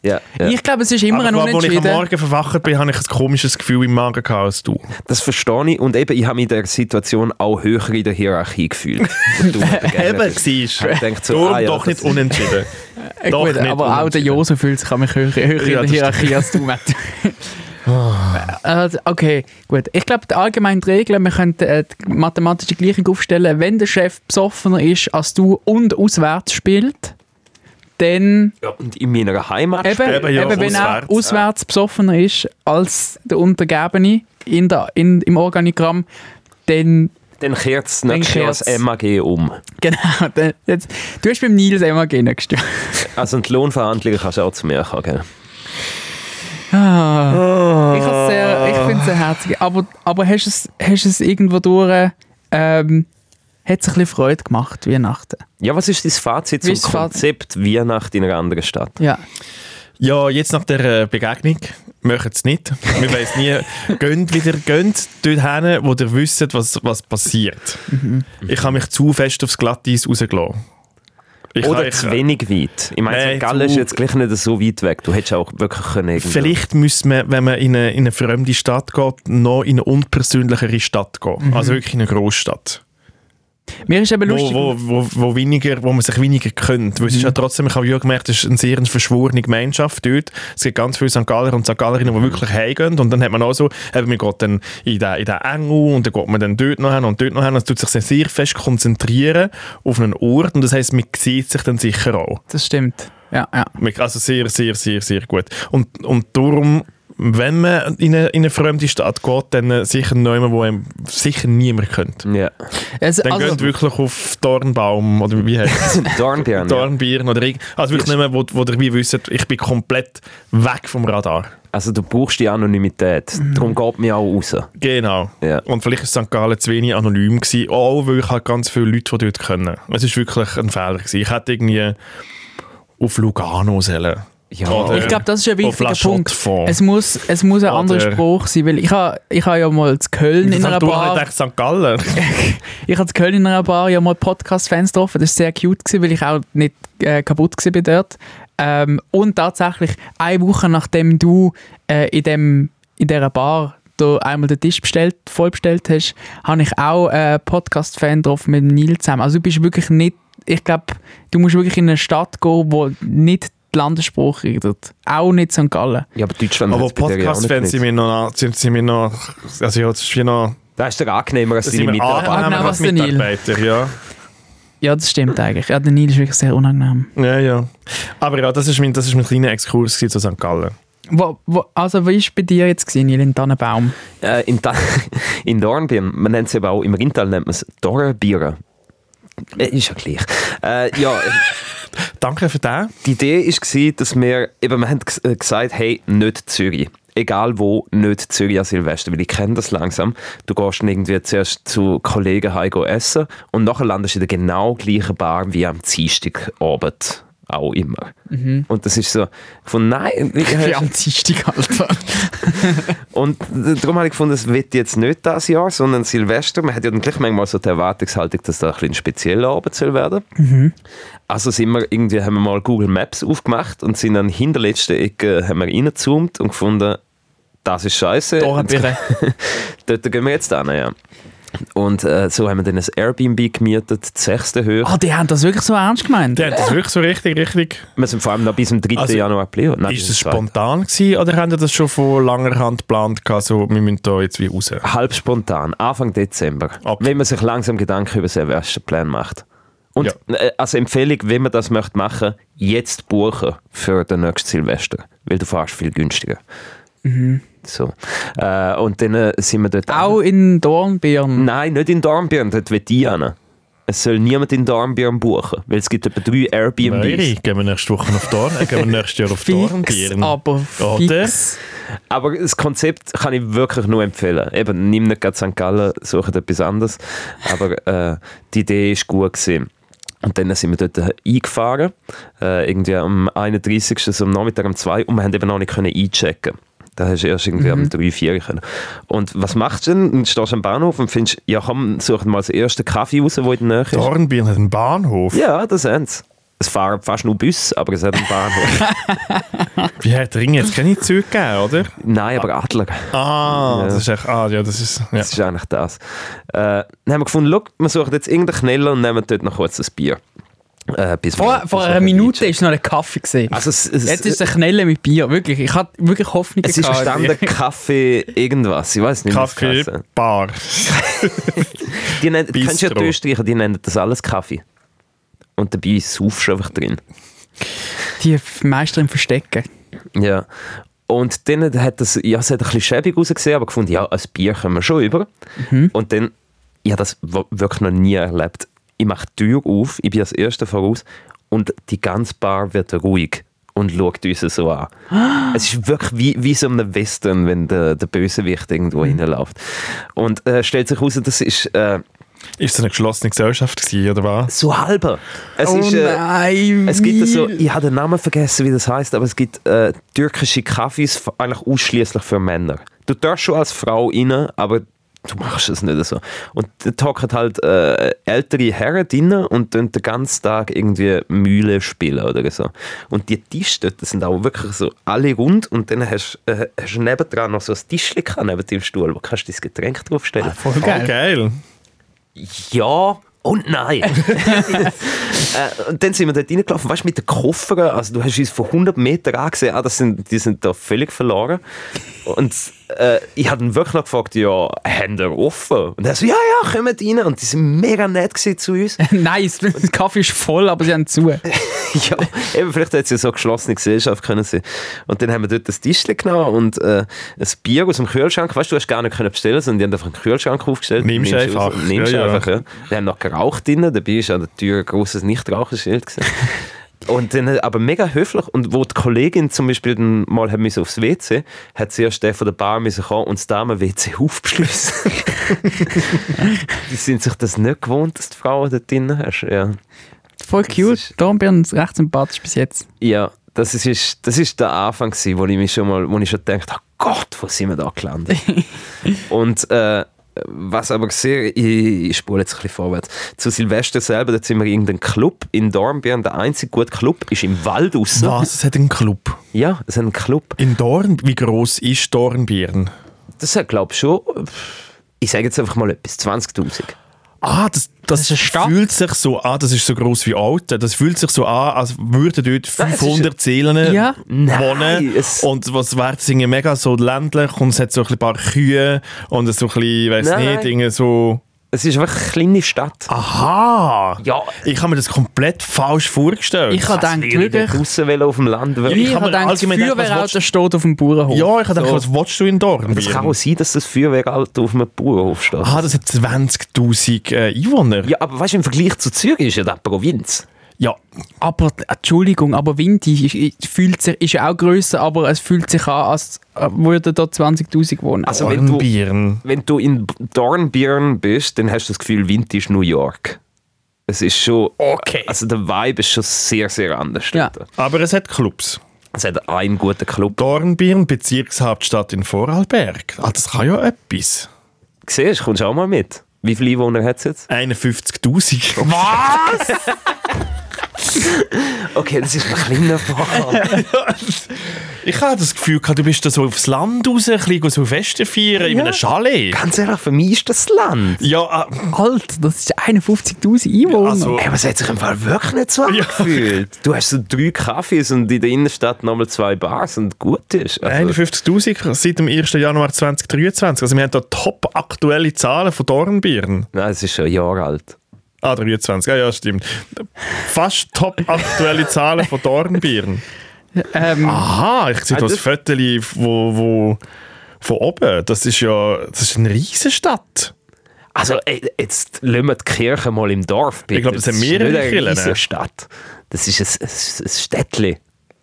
B: Ja, ja.
C: Ich glaube, es ist immer
A: Aber
C: ein
A: glaub, als ich am
C: Unentschieden.
A: Morgen verwacht bin, habe ich ein komisches Gefühl im Magen gehabt als du.
B: Das verstehe ich. Und eben, ich habe mich in dieser Situation auch höher in der Hierarchie gefühlt. wo du mir begegnet bist.
A: siehst
B: Ich denke so,
A: Darum
B: ah ja,
A: doch
B: das
A: nicht unentschieden.
C: Äh,
A: Doch,
C: Gut,
A: nicht
C: aber auch der
A: unentschieden.
C: Jose fühlt sich an mich höher, höher
A: Ja,
C: in der
A: das Ah.
C: Hierarchie als du, Matt. also, okay, gut. Ich glaube, die allgemeinen Regeln, wir können äh, die mathematische Gleichung aufstellen, wenn der Chef besoffener ist als du und auswärts spielt, dann
B: ja, und in meiner Heimat.
C: eben,
A: Eben,
C: eben,
A: ja,
C: wenn er
A: auswärts.
C: auswärts besoffener ist als der Untergebene in der, in, im Organigramm, dann
B: Dann kehrt es nächstes
C: Dann
B: Jahr das
C: kehrt's.
B: MAG um.
C: Genau, dann, jetzt, du hast beim Nils immer gehen gestimmt.
B: Also die Lohnverhandlungen kannst du auch zu mir kommen. gell?
C: Ich, hab's sehr-
A: Ah.
C: ich finde es sehr herzig. Aber, aber hast du es, hast du es irgendwo durch. Ähm, hat es ein bisschen Freude gemacht, Weihnachten.
B: Ja, was ist dein Fazit
C: Wie
B: zum
C: ist das Fazit?
B: Konzept Weihnacht in einer anderen Stadt?
C: Ja.
A: Ja, jetzt nach der äh, Begegnung möchten es nicht. Wir weiss nie. Geht wieder, geht dort hin, wo ihr
C: Mhm.
A: wisst, was, was passiert. Ich habe mich zu fest aufs Glatteis rausgelassen. Ich
B: Oder
A: ich-
B: zu wenig weit. Ich meine,
A: Nein,
B: St. Gallen ist
A: zu-
B: jetzt gleich nicht so weit weg. Du hättest auch wirklich können. irgendwo-
A: Vielleicht müsste man, wenn man in eine, in eine fremde Stadt geht, noch in eine unpersönlichere Stadt gehen. Also wirklich in eine Großstadt.
C: Mir ist eben
A: Wo,
C: lustig.
A: wo, wo, wo, weniger, wo man sich weniger kennt. Weil es ist ja trotzdem, ich habe ja gemerkt, es ist eine sehr verschworene Gemeinschaft dort. Es gibt ganz viele St. Galler und St. Gallerinnen, die wirklich heimgehen. Und dann hat man auch so, eben, man geht dann in den, in den Engel und dann geht man dann dort noch hin und dort noch hin. Also Es tut sich sehr- sehr fest konzentrieren auf einen Ort. Und das heisst, man sieht sich dann sicher auch.
C: Das stimmt. Ja, ja.
A: Also sehr, sehr, sehr, sehr gut. Und, und darum, wenn man in eine, in eine fremde Stadt geht, dann äh, sicher niemand, wo einem sicher niemand kennt.
B: Ja.
C: Also,
A: Dann
C: also,
A: geht wirklich auf Dornbaum oder wie heißt es?
B: Dornbirn. ja.
A: Dornbirn oder irgend... Also wirklich nicht mehr, wo, wo ihr wie wisst, ich bin komplett weg vom Radar.
B: Also du brauchst die Anonymität.
A: Mhm.
B: Darum geht mir auch raus.
A: Genau.
B: Ja.
A: Und vielleicht ist St. Gallen zu wenig anonym gewesen, auch weil ich halt ganz viele Leute, die dort können. Es ist wirklich ein Fehler gewesen. Ich hätte irgendwie auf Lugano sollen.
B: Ja.
A: Oder-
C: ich glaube, das ist ein
A: Auf La
C: wichtiger Punkt.
A: Chaux-de-Fonds.
C: Es muss, es muss ein anderer
A: Oder-
C: Spruch sein, weil ich habe ich ha ja mal zu Köln in
A: Ich
C: einer
A: habe
C: Bar...
A: gedacht, St. Gallen.
C: Ich habe in Köln in einer Bar ja mal Podcast-Fans getroffen. Das war sehr cute, gewesen, weil ich auch nicht äh, kaputt war dort. Ähm, und tatsächlich, eine Woche nachdem du äh, in, dem, in dieser Bar da einmal den Tisch bestellt, vollbestellt hast, habe ich auch einen Podcast-Fan getroffen mit dem Neil zusammen. Also du bist wirklich nicht, ich glaube, du musst wirklich in eine Stadt gehen, wo nicht die Landessprache redet. Auch nicht St. Gallen.
B: Ja, aber Deutschland
A: Aber
B: Mhm. hat's bei der ja auch
A: Podcast-Fans
B: nicht.
A: sind mir noch, sind, sind mir noch, also ja, das ist wie noch,
B: Da ist der angenehmer als
A: das
B: deine
A: sind mir
B: Mitarbeiter.
A: angenehmer
C: angenehmer als
A: als
C: der Nil.
A: Mitarbeiter, ja.
C: Ja, das stimmt eigentlich. Ja, der Neil ist wirklich sehr unangenehm.
A: Ja, ja. Aber ja, das ist mein, das ist mein kleiner Exkurs gewesen zu St. Gallen.
C: Wo, wo, also, wie war bei dir jetzt, gewesen, Neil, in Tannenbaum?
B: Äh, in, Da- in Dornbirn, man nennt es eben auch, im Rintal nennt man es Dornbirn. Äh, Ist ja gleich. Äh, ja,
A: Danke für den.
B: die Idee war, dass wir, eben, wir haben gs- äh, gesagt, hey, nicht Zürich. Egal wo, nicht Zürich an Silvester, weil ich kenne das langsam. Du gehst dann irgendwie zuerst zu Kollegen heim go essen und nachher landest du in der genau gleichen Bar wie am Dienstagabend. Auch immer.
A: Mhm.
B: Und das ist so, von nein,
C: Wie am Dienstag, Alter.
B: Und darum habe ich gefunden, es wird jetzt nicht das Jahr, sondern Silvester. Man hat ja dann gleich manchmal so die Erwartungshaltung, dass das ein, bisschen ein spezieller Abend soll werden.
A: Mhm.
B: Also sind wir irgendwie, haben wir mal Google Maps aufgemacht und sind an hinterletzten Ecke äh, haben wir reingezoomt und gefunden, das ist scheiße. Und
A: Dornbirn.
B: Dort gehen wir jetzt hin, ja. Und äh, so haben wir dann ein Airbnb gemietet, das sechste Höhe.
C: Ah, die haben das wirklich so ernst gemeint?
A: Der hat das wirklich so richtig, richtig.
B: Wir sind vor allem noch bis zum 3.
A: Also,
B: Januar geblieben. Nein,
A: ist
B: bis
A: das
B: zum zweiten.
A: spontan gewesen oder haben ihr das schon von langer Hand geplant gehabt, so, wir müssen da jetzt wie raus?
B: halb spontan, Anfang Dezember,
A: Ab.
B: wenn man sich langsam Gedanken über seinen Wäscheplan macht. Und äh, als Empfehlung, wenn man das möchte machen, jetzt buchen für den nächsten Silvester, weil du fährst viel günstiger. So. Äh, und dann äh, sind wir dort.
C: Auch in Dornbirn.
B: Nein, nicht in Dornbirn, dort will ich hin. Es soll niemand in Dornbirn buchen, weil es gibt etwa drei
A: Mary,
B: Airbnbs.
A: gehen wir nächste Woche auf Dorn, äh, gehen wir nächstes Jahr auf
C: Fix,
A: Dornbirn.
C: aber fix.
B: Aber das Konzept kann ich wirklich nur empfehlen. Eben, nimm nicht gerade St. Gallen, suche etwas anderes. Aber äh, die Idee war gut. Gewesen. Und dann sind wir dort eingefahren, äh, irgendwie am 31. so am Nachmittag um 2 und wir haben eben noch nicht können einchecken da hast du erst irgendwie am 3, 4 können. Und was machst du denn? Dann stehst du am Bahnhof und findest, ja komm, such dir mal das erste Kaffee raus, wo in der Nähe ist.
A: Dornbirn hat einen Bahnhof.
B: Ja, das haben sie. Es fahren fast nur Bus, aber es hat einen Bahnhof.
A: Wie hat Ring jetzt keine Züge gegeben, oder?
B: Nein, aber Adler.
A: Ah,
B: Ja.
A: das ist echt, ah, ja, das ist, ja.
B: Das ist eigentlich das. Äh, dann haben wir gefunden, look, wir suchen jetzt irgendeinen Kneller und nehmen dort noch kurz ein Bier. Äh, bis wir-
C: Vor,
B: bis
C: vor
B: wir
C: einer
B: dann
C: Minute
B: einchecken.
C: war noch ein Kaffee. Gewesen.
B: Also es, es,
C: Jetzt ist es ein Knelle mit Bier, wirklich. Ich hatte wirklich Hoffnung.
B: es ist verstanden Kaffee irgendwas, ich weiß nicht wie es
A: Kaffee,
B: heisst.
A: Bar.
B: Die nennen,
A: Bistro.
B: kennst du ja die Österreicher, die nennen das alles Kaffee. Und dabei saufst du einfach drin.
C: Die Meisterin verstecken.
B: Ja. Und dann hat das, ja, es hat ein bisschen schäbig ausgesehen, aber gefunden, ja, ein Bier können wir schon über. Und dann, ich habe das wo- wirklich noch nie erlebt. Ich mache die Tür auf, ich bin als Erster voraus und die ganze Bar wird ruhig und schaut uns so an. Es ist wirklich wie, wie so ein Western, wenn der, der Bösewicht irgendwo reinläuft. Und äh, stellt sich heraus, das ist äh,
A: Ist das eine geschlossene Gesellschaft gewesen, oder was?
B: so halber. Es
C: oh
B: ist, äh,
C: nein,
B: es gibt so,
C: Neil.
B: ich habe den Namen vergessen, wie das heißt, aber es gibt äh, türkische Kaffees f- eigentlich ausschließlich für Männer. Du darfst schon als Frau rein, aber du machst es nicht so. Und da hocken halt äh, ältere Herren drinnen und tun den ganzen Tag irgendwie Mühle spielen oder so. Und die Tische dort sind auch wirklich so alle rund und dann hast du äh, hast du nebendran noch so ein Tischchen gehabt neben dem Stuhl, wo kannst du dein Getränk draufstellen.
A: Voll Oh, geil.
B: Ja und nein. äh, und dann sind wir dort reingelaufen, weißt du, mit den Koffern. Also, du hast uns von 100 Metern angesehen, ah, das sind, die sind da völlig verloren. Und äh, ich habe ihn wirklich noch gefragt, ja, haben die offen? Und er so, ja, ja, kommt rein. Und die sind mega nett gewesen zu uns.
C: nice, der Kaffee ist voll, aber sie haben zu.
B: ja, eben, vielleicht hat es ja so eine geschlossene Gesellschaft können sein. Und dann haben wir dort das Tischchen genommen und äh, ein Bier aus dem Kühlschrank. Weißt du, du hast gar nicht können bestellen, sondern die haben einfach einen Kühlschrank aufgestellt.
A: Nimmst
B: du
A: einfach.
B: raus und Nimmst
A: Ja, ja.
B: einfach, ja. Die haben noch geraucht drinnen, dabei ist an der Tür ein grosses Nichtraucherschild gewesen. Und dann aber mega höflich. Und wo die Kollegin zum Beispiel dann mal hat müssen aufs WC hat sie erst der von der Bar müssen kommen und das Damen-WC aufgeschlossen. die sind sich das nicht gewohnt, dass die Frauen dort drinnen hast. Ja.
C: Voll cute.
B: ist-
C: Dornbirn ist recht sympathisch bis jetzt.
B: Ja, das ist, das ist der Anfang, gewesen, wo ich mich schon mal, wo ich schon gedacht habe, oh Gott, wo sind wir da gelandet? Und äh, was aber sehr, ich, ich spule jetzt ein bisschen vorwärts. Zu Silvester selber, da sind wir in irgendeinem Club in Dornbirn, der einzige gute Club ist im Wald raus.
A: Was? Es hat einen Club.
B: Ja, es ist ein Club.
A: In Dorn, wie gross ist Dornbirn?
B: Das hat, glaube ich, schon, ich sage jetzt einfach mal etwas, 20.000.
A: Ah, das, das,
C: ist eine Stadt.
A: fühlt sich so an, das ist so gross wie Alten. Das fühlt sich so an, als würden dort
B: Nein, es
A: 500 Seelen
C: Ja.
A: wohnen.
B: Nein, es-
A: und was wäre das irgendwie mega so ländlich und es hat so ein paar Kühe und so ein bisschen, weiss
B: Nein,
A: nicht,
B: nein.
A: irgendwie so...
B: Es ist wirklich eine kleine Stadt.
A: Aha!
B: Ja.
A: Ich habe mir das komplett falsch vorgestellt.
C: Ich habe gedacht, wirklich.
B: Draussen will auf dem Land. wirklich.
C: Ich
A: kann
C: habe
A: mir
C: gedacht, das
A: allgemein denken, was
C: Feuerwehrauto steht auf dem Bauernhof.
A: ja, ich habe gedacht, was willst du in Dorn?
B: Das kann auch sein, dass das Feuerwehralter auf einem Bauernhof steht.
A: Ah, das hat 20'000 äh, Einwohner.
B: Ja, aber weißt du, im Vergleich zu Zürich ist ja das Provinz.
A: ja.
C: Aber, Entschuldigung, aber Winti ist, ist- fühlt sich, ist ja auch grösser, aber es fühlt sich an, als äh, würden da 20'000 wohnen.
B: Also wenn du,
A: Dornbirn.
B: wenn du in B- Dornbirn bist, dann hast du das Gefühl, Wind ist New York. Es ist schon...
C: Okay.
B: Also der Vibe ist schon sehr, sehr anders.
C: Ja.
B: dort.
A: Aber es hat Clubs.
B: Es hat einen guten Club.
A: Dornbirn, Bezirkshauptstadt in Vorarlberg. Ah, das kann ja etwas.
B: Siehst du, kommst auch mal mit. Wie viele Einwohner hat es jetzt?
A: 51'000.
B: Okay, das ist ein kleiner Fall.
A: Ich habe das Gefühl, gehabt, du bist da so aufs Land raus, ein bisschen so Feste feiern in
B: Ja.
A: einem Chalet.
B: Ganz ehrlich, für mich ist das Land.
A: Ja, ah,
C: Oh, Alter, das ist 51'000 Einwohner.
A: also...
B: Ey, aber es hat sich im Fall wirklich nicht so angefühlt. Du hast so drei Kaffees und in der Innenstadt nochmal zwei Bars und gut ist. Also,
A: 51'000 seit dem 1. Januar 2023. Also wir haben da top aktuelle Zahlen von Dornbirn.
B: nein, es ist schon ein Jahr alt.
A: Ah, 23, ja, ja, stimmt. Fast top aktuelle Zahlen von Dornbirn.
C: ähm,
A: Aha, ich sehe
B: Ah,
A: da das
B: das-
A: Viertel wo, wo, von oben. Das ist ja das ist eine riesige Stadt.
B: Also, ey, jetzt lassen wir die Kirche mal im Dorf, bitte.
A: Ich glaube, das sind
B: ist
A: mehrere
B: nicht eine
A: Kirchen.
B: riesige Stadt. Das ist ein, ein, ein Städtchen.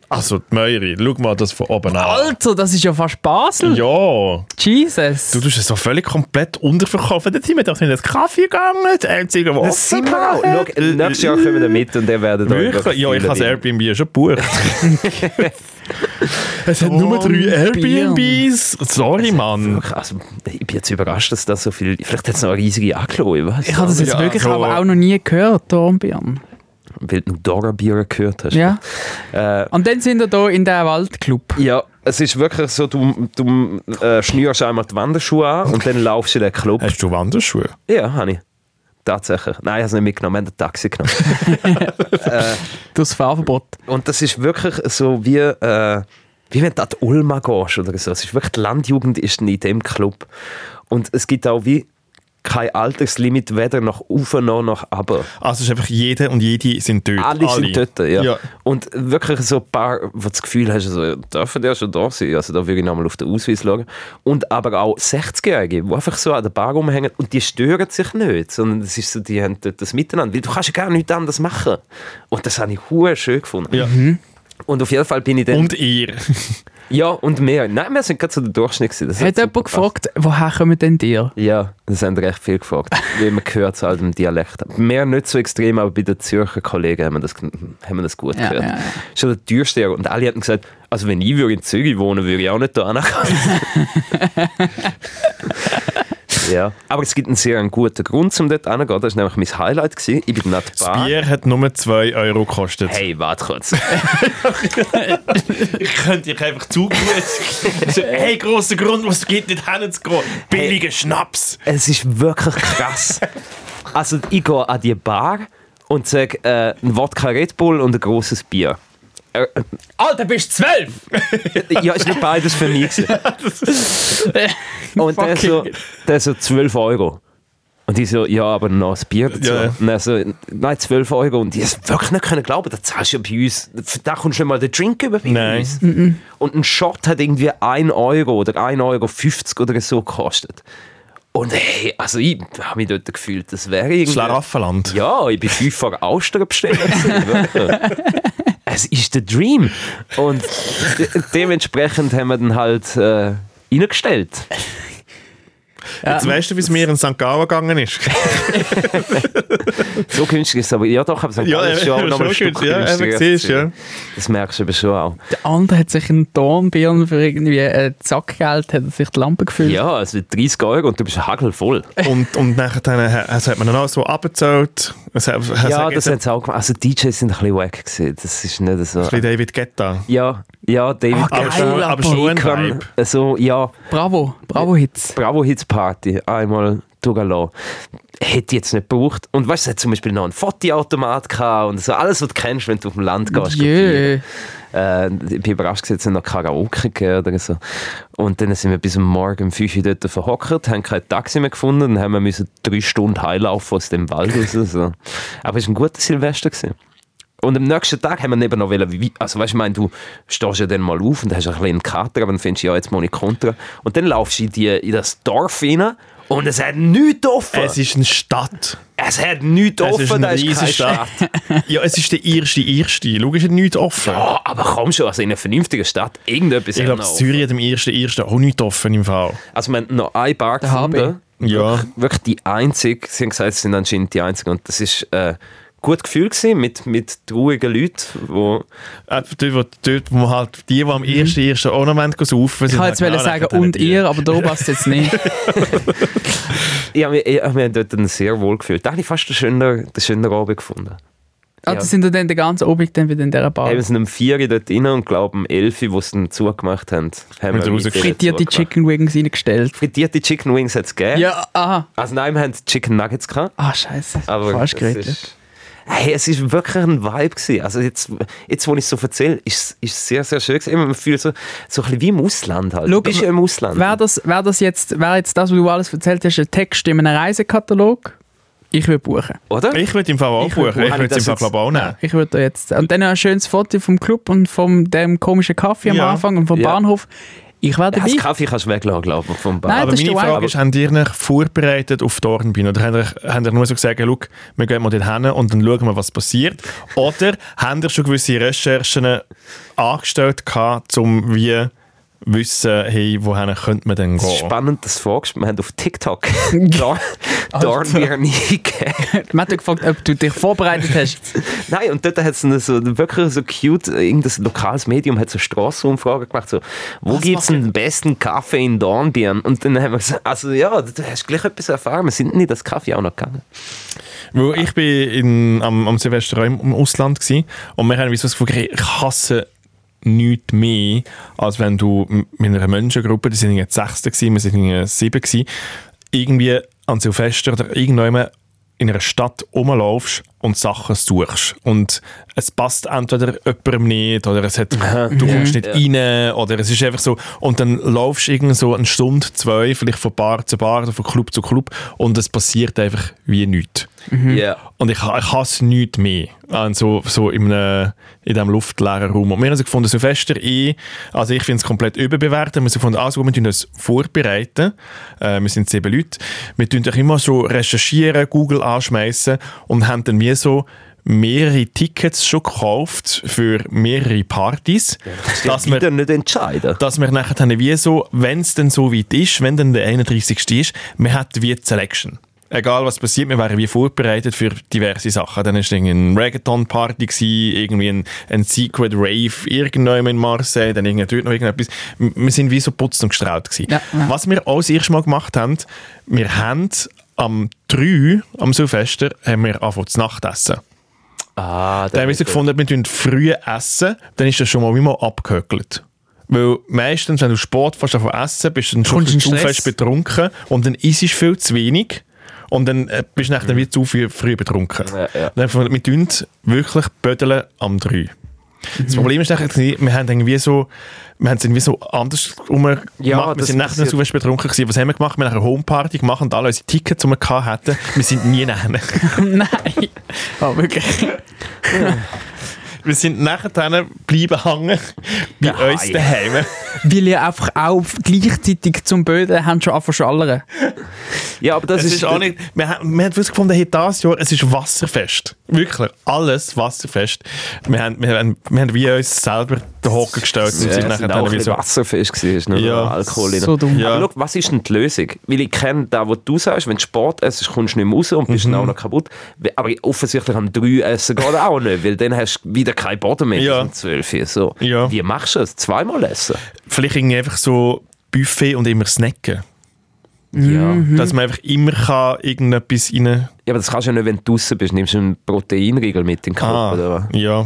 A: Also die Meuri, schau mal das von oben an.
C: Alter, das ist ja fast Basel.
A: Ja,
C: Jesus.
A: du tust es so völlig komplett unterverkaufen. Dort sind wir doch in den Kaffee gegangen, die einzige, wo
B: Das sind wir auch. Schau, Nächstes Jahr kommen wir mit und dann werden da
A: Wirklich? Ja, ich habe das Airbnb schon gebucht. es hat nur drei
C: Dornbirn.
A: Airbnbs. Sorry, Mann.
B: Also, ich bin jetzt überrascht, dass das so viel. Vielleicht hat es noch eine riesige Ankloe, weißt
C: ich habe das jetzt
A: Ja,
C: wirklich
A: so-
C: aber auch noch nie gehört, Dornbirn.
B: Weil du Dora-Bier gehört hast.
C: Ja.
B: Äh,
C: Und dann sind wir hier in der Waldclub.
B: ja, es ist wirklich so, du, du äh, schnürst einmal die Wanderschuhe an und dann laufst du in den Club.
A: Hast du Wanderschuhe?
B: Ja, habe ich. Tatsächlich. Nein, ich habe es nicht mitgenommen, wir haben ein Taxi genommen.
C: Durch das Fahrverbot.
B: Und das ist wirklich so wie, äh, wie wenn du an die Ulma gehst oder so. Es ist wirklich, die Landjugend ist in dem Club. Und es gibt auch wie kein Alterslimit, weder nach oben noch nach runter.
A: Also es ist einfach jeder und jede sind dort.
B: Alle, sind dort, ja.
A: Ja.
B: Und wirklich so ein paar, wo du das Gefühl hast, also, dürfen die ja schon da sein? Also da würde ich nochmal auf den Ausweis schauen. Und aber auch 60-Jährige, die einfach so an der Bar rumhängen und die stören sich nicht, sondern es ist so, die haben dort das Miteinander, weil du kannst ja gar nichts anderes machen. Und das habe ich hure schön gefunden.
A: Ja.
B: Und auf jeden Fall bin ich dann...
A: Und ihr.
B: Ja, und mehr. Nein, wir sind gerade so der Durchschnitt. gewesen. Das
C: Hat
B: super
C: jemand
B: gepasst.
C: gefragt, woher kommen denn die?
B: Ja, das haben recht viel gefragt. wie man gehört zu all dem Dialekt. Mehr nicht so extrem, aber bei den Zürcher Kollegen haben wir das, haben wir das gut
C: Ja,
B: gehört.
C: ja, ja.
B: Schon der teuerste Jahr. Und alle hatten gesagt, also wenn ich würde in Zürich wohnen würde ich auch nicht da ankommen. Ja. Aber es gibt einen sehr einen guten Grund, um dort hinzugehen. Das war nämlich mein Highlight. Gewesen. Ich bin nach der
A: Das
B: Bar.
A: Bier hat nur 2 Euro gekostet.
B: Hey, warte kurz.
A: Ich könnte dich einfach zugeben. Also, hey, grosser Grund, was geht nicht hinzugehen. Billiger Schnaps.
B: es ist wirklich krass. also ich gehe an die Bar und sage äh, ein Wodka Red Bull und ein großes Bier. Äh, äh,
C: Alter, bist du zwölf!
B: ja, ist nicht beides für mich. gewesen. Und der
C: Fucking-
B: so, der so 12 Euro. Und die so, ja, aber noch ein Bier dazu.
A: Ja, ja.
B: Und er so, nein, 12 Euro. Und die es wirklich nicht können glauben, da zahlst du ja bei uns, da kommst du nicht mal den Drink über bei
A: Nein.
B: uns. Und ein Shot hat irgendwie 1 Euro oder 1,50 Euro 50 oder so gekostet. Und hey, also ich habe mich dort gefühlt, das wäre irgendwie...
A: Schlaraffenland.
B: Ja, ich bin fünf vor Austern bestellt. gewesen, wirklich. es ist der Dream. Und de dementsprechend haben wir dann halt äh, reingestellt.
A: Jetzt weißt du, wie es mir in St. Gallen gegangen ist.
B: So günstig ist es aber. Ja, doch, aber so ein
A: Ja,
B: ja,
A: eben,
B: schon noch mal ein
A: schon
B: Stück
A: günstig, ja, eben,
B: günstiger
A: siehst du,
B: als-
A: ja.
B: Das merkst du aber schon auch.
C: Der andere hat sich einen Dornbirn für irgendwie ein Zackgeld, hat er sich die Lampe gefüllt.
B: Ja, es wird 30 Euro und du bist hagelvoll.
A: Und, und nachher dann, äh, also hat man dann auch so abgezählt. Es hat, es
B: Ja,
A: hat
B: das
A: jetzt
B: haben sie auch gemacht. Also DJs sind ein bisschen wack gewesen. Das ist nicht so.
A: ein bisschen David Guetta.
B: Ja, ja, David.
A: Aber
C: Geil,
A: schon, aber
C: aber
A: schon ein
B: Beckham,
A: Vibe.
B: also, ja,
C: Bravo, bravo Hits.
B: Bravo Hits Party einmal durchgelassen. Hätte ich jetzt nicht gebraucht. Und weißt du, es hat zum Beispiel noch einen Fotoautomat gehabt und so alles, was du kennst, wenn du auf dem Land gehst.
C: Jö.
B: Äh, ich bin überrascht, gewesen, es sind noch Karaoke gegeben oder so. Und dann sind wir bis am Morgen um 5 Uhr dort verhockt, haben kein Taxi mehr gefunden und haben wir müssen drei Stunden heilaufen aus dem Wald raus. So. Aber es war ein guter Silvester. Gewesen. Und am nächsten Tag haben wir eben noch wollen, wie- also weißt du, ich meine, du stehst ja dann mal auf und hast ein bisschen einen Kater, aber dann findest du ja jetzt mal nicht kontra. Und dann laufst du in, die, in das Dorf rein und es hat nichts offen.
A: Es ist eine Stadt.
B: Es hat nichts
A: Es ist
B: offen,
A: eine
B: da ist
A: riesige
B: keine
A: Stadt.
B: Stadt.
A: ja, es ist der erste, erste. Schau, es ist nicht offen.
B: Oh, aber komm schon, also in einer vernünftigen Stadt, irgendetwas
A: ich
B: hat
A: glaube,
B: noch
A: Zürich hat am ersten, ersten auch nicht offen im Fall.
B: Also wir haben noch eine Bar
C: HB.
B: gefunden.
A: Ja.
B: Wirklich die einzige. Sie haben gesagt, sie sind anscheinend die einzige. Und das ist äh, ein gutes Gefühl gewesen mit, mit traurigen Leuten, wo
A: Äh, Dort, wo, dort, wo man halt die, die am ersten, ersten auch noch wollen, gehen saufen
C: Mhm. Ich
A: sind,
C: kann jetzt
A: halt
C: wollen
A: genau
C: sagen,
A: nachher
C: und
A: die.
C: ihr, aber da passt jetzt nicht.
B: ich habe mich, ich habe mich dort dann sehr wohl gefühlt. Da habe ich fast den schöneren, den schöneren Abend gefunden.
C: Ah,
B: Ja.
C: das sind ja dann den ganzen Obig dann wieder in dieser Bar.
B: Eben sind um 4 Uhr dort rein und glaube um 11 Uhr, wo sie dann zugemacht haben, haben
A: Wieder rausgeschickt.
B: mit denen
C: Frittierte
B: zugemacht.
C: Chicken Wings reingestellt.
B: Frittierte Chicken Wings hat es gegeben.
C: Ja, aha.
B: Also nein, wir haben Chicken Nuggets gehabt.
C: Ah, scheiße.
B: Aber
C: Falsch
B: es
C: geredet.
B: ist- Hey, es ist wirklich ein Vibe gewesen. Also jetzt, jetzt wo ich es so erzähle, ist es ist sehr, sehr schön gewesen. Immer, Man fühlt so, so ein bisschen wie im Ausland halt.
C: Schau,
B: du bist ja im Ausland.
C: Wäre das, wär das, jetzt- wär jetzt das, was du alles erzählt hast, ein Text in einem Reisekatalog? Ich würde buchen.
B: Oder?
A: Ich würde im Fall auch
C: Ich würd-
A: buchen. Ich
B: Habe
A: würde
B: ich
A: es im
B: das
A: Fall auch nehmen.
C: Ich würde da jetzt. Und dann noch ein schönes Foto vom Club und von dem komischen Kaffee am
A: Ja.
C: Anfang und vom
B: Ja.
C: Bahnhof. Ich wäre
B: Ja,
C: dabei.
B: das Kaffee kannst du weglassen, glaube ich, vom
C: Nein,
B: Bar.
A: Aber
C: das ist
A: meine
C: der
A: Frage
C: Weg.
A: ist, habt ihr euch vorbereitet auf die Dornbirne? Oder habt ihr, habt ihr nur so gesagt, schau, wir gehen mal dort hin und dann schauen wir, was passiert? Oder habt ihr schon gewisse Recherchen angestellt, gehabt, um wie wissen, hey, wohin könnte man denn
B: Es ist
A: gehen?
B: spannend, dass du fragst. Wir haben auf TikTok Dor- Dornbirn eingegeben.
C: Man hat ja gefragt, ob du dich vorbereitet hast.
B: Nein, und dort hat es so, wirklich so cute, äh, irgendein lokales Medium hat so eine Strassenumfrage gemacht, so, wo gibt es den besten Kaffee in Dornbirn? Und dann haben wir gesagt, also ja, du hast gleich etwas erfahren, wir sind nicht das Kaffee auch noch gegangen.
A: Weil ich bin in, am, am Silvester auch im, im Ausland gsi und wir haben uns so das Gefühl, ich hasse nichts mehr, als wenn du m- mit einer Menschengruppe, die sind irgendwie die Sechste gsi, wir sind irgendwie sieben gsi, irgendwie an Silvester oder irgendwann in einer Stadt rumlaufst und Sachen suchst. Und es passt entweder jemandem nicht oder es hat, du kommst nicht rein oder es ist einfach so. Und dann laufst du irgendwie so eine Stunde, zwei, vielleicht von Bar zu Bar oder von Club zu Club und es passiert einfach wie nichts.
B: Ja.
A: Und ich, ich hasse nichts mehr. an so, so in, einem, in diesem luftleeren Raum. Und wir haben also gefunden, Silvester eh, also ich finde es komplett überbewertet. Wir haben so gefunden, also gut, wir tun das vorbereiten. Äh, wir sind sieben Leute. Wir tun doch immer so recherchieren, Google anschmeißen und haben dann mir so mehrere Tickets schon gekauft für mehrere Partys. dass wir
B: wieder nicht
C: Äh.
B: entscheiden.
A: dass wir nachher dann wie so, wenn es denn so weit ist, wenn dann der 31. ist, wir hat wie die Selection. egal was passiert, wir wären wie vorbereitet für diverse Sachen. Dann war irgendwie eine Reggaeton-Party, gewesen, irgendwie ein, ein Secret Rave irgendwann in Marseille, dann irgendwie dort noch irgendetwas. M- Wir sind wie so putzt und gestrahlt. Gewesen.
C: Ja, ja.
A: Was wir auch das erste Mal gemacht haben, wir haben am 3, am Silvester, haben wir angefangen zu Nacht essen.
B: Ah,
A: Dann haben wir so gefunden, wir tun früh essen, dann ist das schon mal wie mal abgehökelt. Weil meistens, wenn du Sport fährst, davon essen, bist du dann schon
C: Kommst in
A: zu
C: Stress.
A: fest betrunken und dann isst du viel zu wenig und dann äh, bist du nachher wie zu viel früh betrunken.
B: Ja, ja.
A: Dann haben wir gefunden, wir tun wirklich bödeln am 3.
B: Mhm.
A: Das Problem ist nachher, wir haben irgendwie so, wir haben es irgendwie so anders gemacht.
B: Ja,
A: wir
B: das
A: sind nachher
B: passiert.
A: zu fest betrunken gewesen. Was haben wir gemacht? Wir haben eine Homeparty gemacht und alle unsere Tickets, die wir gehabt hatten, wir sind nie nachher.
C: Nein. Oh, wirklich.
A: Wir sind nachher dann bleiben hängen bei
B: Geheim.
A: uns daheim.
C: Weil ihr einfach auch gleichzeitig zum Böden habt schon angefangen zu schallern.
B: Ja, aber das
A: Es ist auch nicht, wir haben wir haben herausgefunden, hey, dieses Jahr, es ist wasserfest. Wirklich, alles wasserfest. Wir haben, wir haben, wir haben wie uns selber den Hocker gestellt und
B: Ja,
A: sind
B: es
A: nachher
B: sind auch
A: dann
B: ein
A: wie so...
B: bisschen wasserfest gewesen, nur
A: Ja.
B: Alkohol drin.
C: So dumm.
A: Ja.
B: Aber schau, was ist denn die Lösung? Weil ich kenne da, was du sagst, wenn du Sport isst, kommst du nicht mehr raus und
A: Mhm.
B: bist dann auch noch kaputt. Aber offensichtlich am 3 essen geht auch nicht, weil dann hast du wieder keinen Boden mehr
A: Ja.
B: bis um 12 Uhr. So.
A: Ja.
B: Wie machst du das? Zweimal essen?
A: Vielleicht irgendwie einfach so Buffet und immer snacken. Mhm.
B: Ja.
A: Dass man einfach immer kann irgendetwas rein...
B: Ja, aber das kannst du ja nicht, wenn du draußen bist. Nimmst du einen Proteinriegel mit in den Kopf oder was?
A: Ah, ja.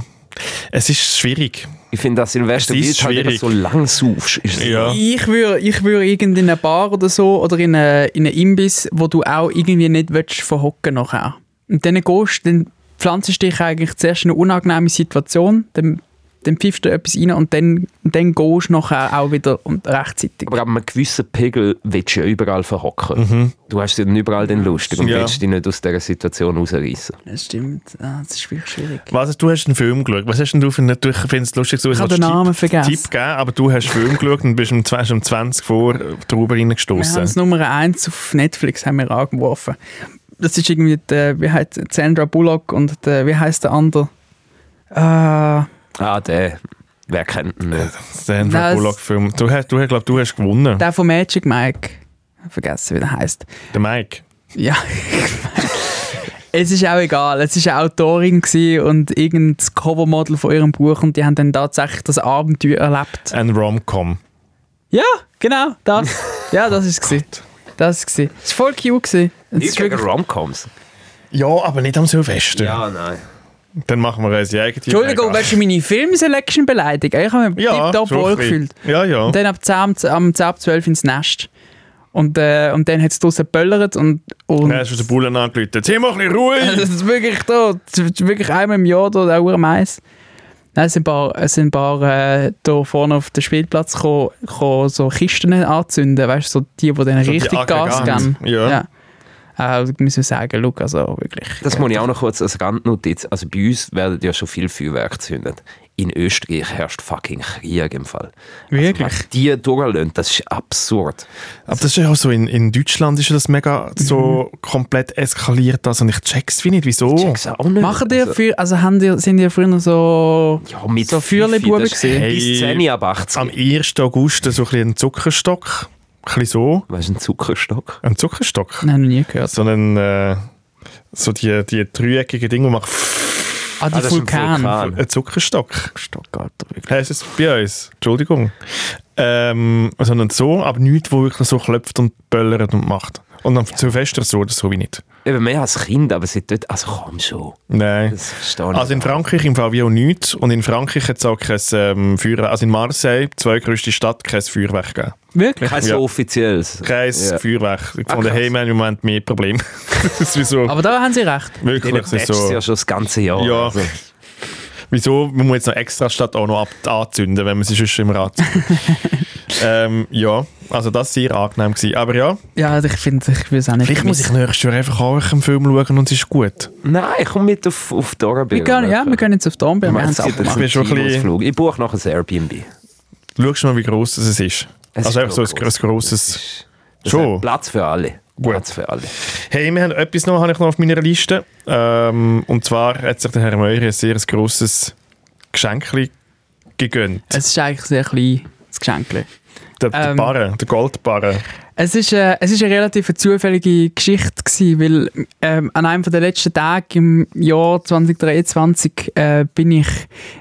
A: Es ist schwierig.
B: Ich finde, dass Silvester
A: Es ist
B: Wild halt eben
A: schwierig.
B: so lang saufst. Ist
A: Ja.
C: Ich würde ich würd irgendwie in eine Bar oder so oder in einen in eine Imbiss, wo du auch irgendwie nicht willst, verhocken nachher. Und dann gehst du, dann pflanzest du dich eigentlich zuerst in eine unangenehme Situation, dann, dann pfiffst du etwas rein und dann, dann gehst du nachher auch wieder und rechtzeitig.
B: Aber ab einem gewissen Pegel willst du ja überall verhocken.
C: Mhm.
B: Du hast ja dann überall den Lustig und
A: Ja.
B: willst dich nicht aus dieser Situation rausreißen.
C: Das stimmt, ah, das ist wirklich schwierig.
A: Was, du hast einen Film geschaut. Was hast denn du für einen... Du- Ich finde es lustig, so
C: Ich habe
A: als
C: den
A: Tipp-
C: Namen vergessen.
A: Tipp gegeben, aber du hast Film geschaut und bist um 20, um 20 vor drüber
C: Wir haben
A: reingestoßen.
C: das Nummer 1 auf Netflix haben wir angeworfen. Das ist irgendwie, der, wie heißt Sandra Bullock und der, wie heißt der andere? Äh,
B: Ah, der. Wer kennt ihn nicht?
A: Sandra
C: Das-
A: Bullock-Film. Du hast, du, hast- glaub, du hast gewonnen.
C: der von Magic Mike. Vergessen, wie der heißt.
A: Der Mike.
C: Ja, ich meine, es ist auch egal. Es war eine Autorin gewesen und irgendein Covermodel von ihrem Buch und die haben dann tatsächlich das Abenteuer erlebt.
A: Ein Rom-Com.
C: Ja, genau, das. Ja, das ist es. Das ist es. Es war voll cute. gewesen. Es
B: Nicht
C: ist
B: gegen
C: wirklich,
B: Romcoms.
A: Ja, aber nicht am Silvester.
B: nein.
A: Dann machen wir unsere eigene
C: Entschuldigung, willst du meine Filmselection beleidigen? Ich habe mich
A: ja,
C: tiptop
A: schon ein
C: wohl
A: bisschen.
C: gefühlt.
A: Ja, ja.
C: Und dann ab 10, am- am 10, ab 12 ins Nest. Und, äh, und dann hat es draussen geböllert und... und
A: Dann hast du den Bullen angeläutet. Jetzt mach ein bisschen
C: Also,
A: Ruhe!
C: das ist wirklich da. Das ist wirklich einmal im Jahr da, der Uhr Mais. Nein, es sind ein paar, es sind ein paar äh, da vorne auf den Spielplatz gekommen, gekommen, so Kisten anzünden, weißt du, so die, die dann
A: So die
C: richtig Gas
A: Aggregate.
C: geben.
A: Ja.
C: Äh, ich muss sagen, Luke, also wirklich.
B: Das muss ich auch noch kurz als Randnotiz. Also bei uns werden ja schon viel Feuerwerk gezündet. In Österreich herrscht fucking Krieg im Fall.
C: Wirklich?
B: Was die durchlösen, das ist absurd.
A: Aber das ist ja auch so, in, in Deutschland ist ja das mega so
C: Mhm.
A: komplett eskaliert. Also und ich check's wie nicht, wieso.
B: Check's auch nicht.
C: Oh. Machen die
B: Also-
C: für, also haben die, sind die früher so,
B: Ja, mit
C: so Feuerlebuben gesehen?
A: Hey.
B: Bis 10 ab 80.
A: Am 1. August so ein bisschen ein Zuckerstock. Ein bisschen so.
B: Weißt du, ein Zuckerstock?
A: Ein Zuckerstock.
C: Nein, noch nie gehört.
A: So ein... Äh, so die, die dreieckigen Dinge, die man...
C: Ah, die
B: Ah, das ist ein
C: Vulkan.
B: Vulkan.
A: Ein Zuckerstock.
C: Stock, Alter, wirklich.
A: Heißt es bei uns? Entschuldigung. Ähm, sondern so, aber nichts, wo wirklich so klopft und böllert und macht. Und dann zu Silvester so oder so wie nicht.
B: Eben mehr als Kind, aber seit dort. Also komm schon.
A: Nein.
B: Das verstehe ich.
A: Also in Frankreich im Fall wie auch nichts. Und in Frankreich hat es auch kein ähm, Feuerwerk. Also in Marseille, zwei größte Stadt, kein Feuerwerk gegeben.
C: Wirklich?
B: Kein
A: Ja.
B: so offizielles.
A: Kein
B: Ja.
A: Feuerwerk. Ich fand,
B: krass.
A: hey, wir haben im Moment mehr Probleme. das ist wie so,
C: Aber da haben sie recht.
A: wirklich
B: Das
A: es ist
B: ist
A: so.
B: ja schon das ganze Jahr.
A: Ja.
B: Also,
A: Wieso man muss jetzt noch extra Stadt auch noch ab anzünden, wenn man sie sonst im Rat ähm, Ja, also das war sehr angenehm. Gewesen. Aber ja,
C: Ja, also ich finde, ich will es auch nicht.
A: Vielleicht muss ich nächstes Jahr einfach auch einen Film schauen und es ist gut.
B: nein, komm mit auf, auf Dornbirn.
C: wir gehen, ja, wir gehen jetzt auf Dornbirn, wir haben es auch
A: jetzt-
C: gemacht.
A: bin schon ein bisschen-
B: Ausflug. Ich buche nachher ein Airbnb.
A: Schau mal, wie gross das es ist.
B: Es
A: also
B: ist
A: einfach so ein gross.
B: gross.
A: grosses...
B: Das
A: Schon.
B: hat Platz für alle.
A: Gut.
B: Platz für alle.
A: Hey, wir haben etwas noch, habe ich noch auf meiner Liste. Ähm, und zwar hat sich der Herr Meurer ein sehr grosses Geschenk gegönnt. Äh,
C: Es ist eigentlich sehr klein. das Geschenk.
A: Der, der
C: Ähm.
A: Barren, der Goldbarren.
C: Es ist, äh, es ist eine relativ zufällige Geschichte gewesen, weil ähm, an einem der letzten Tage im Jahr 2023 äh, bin ich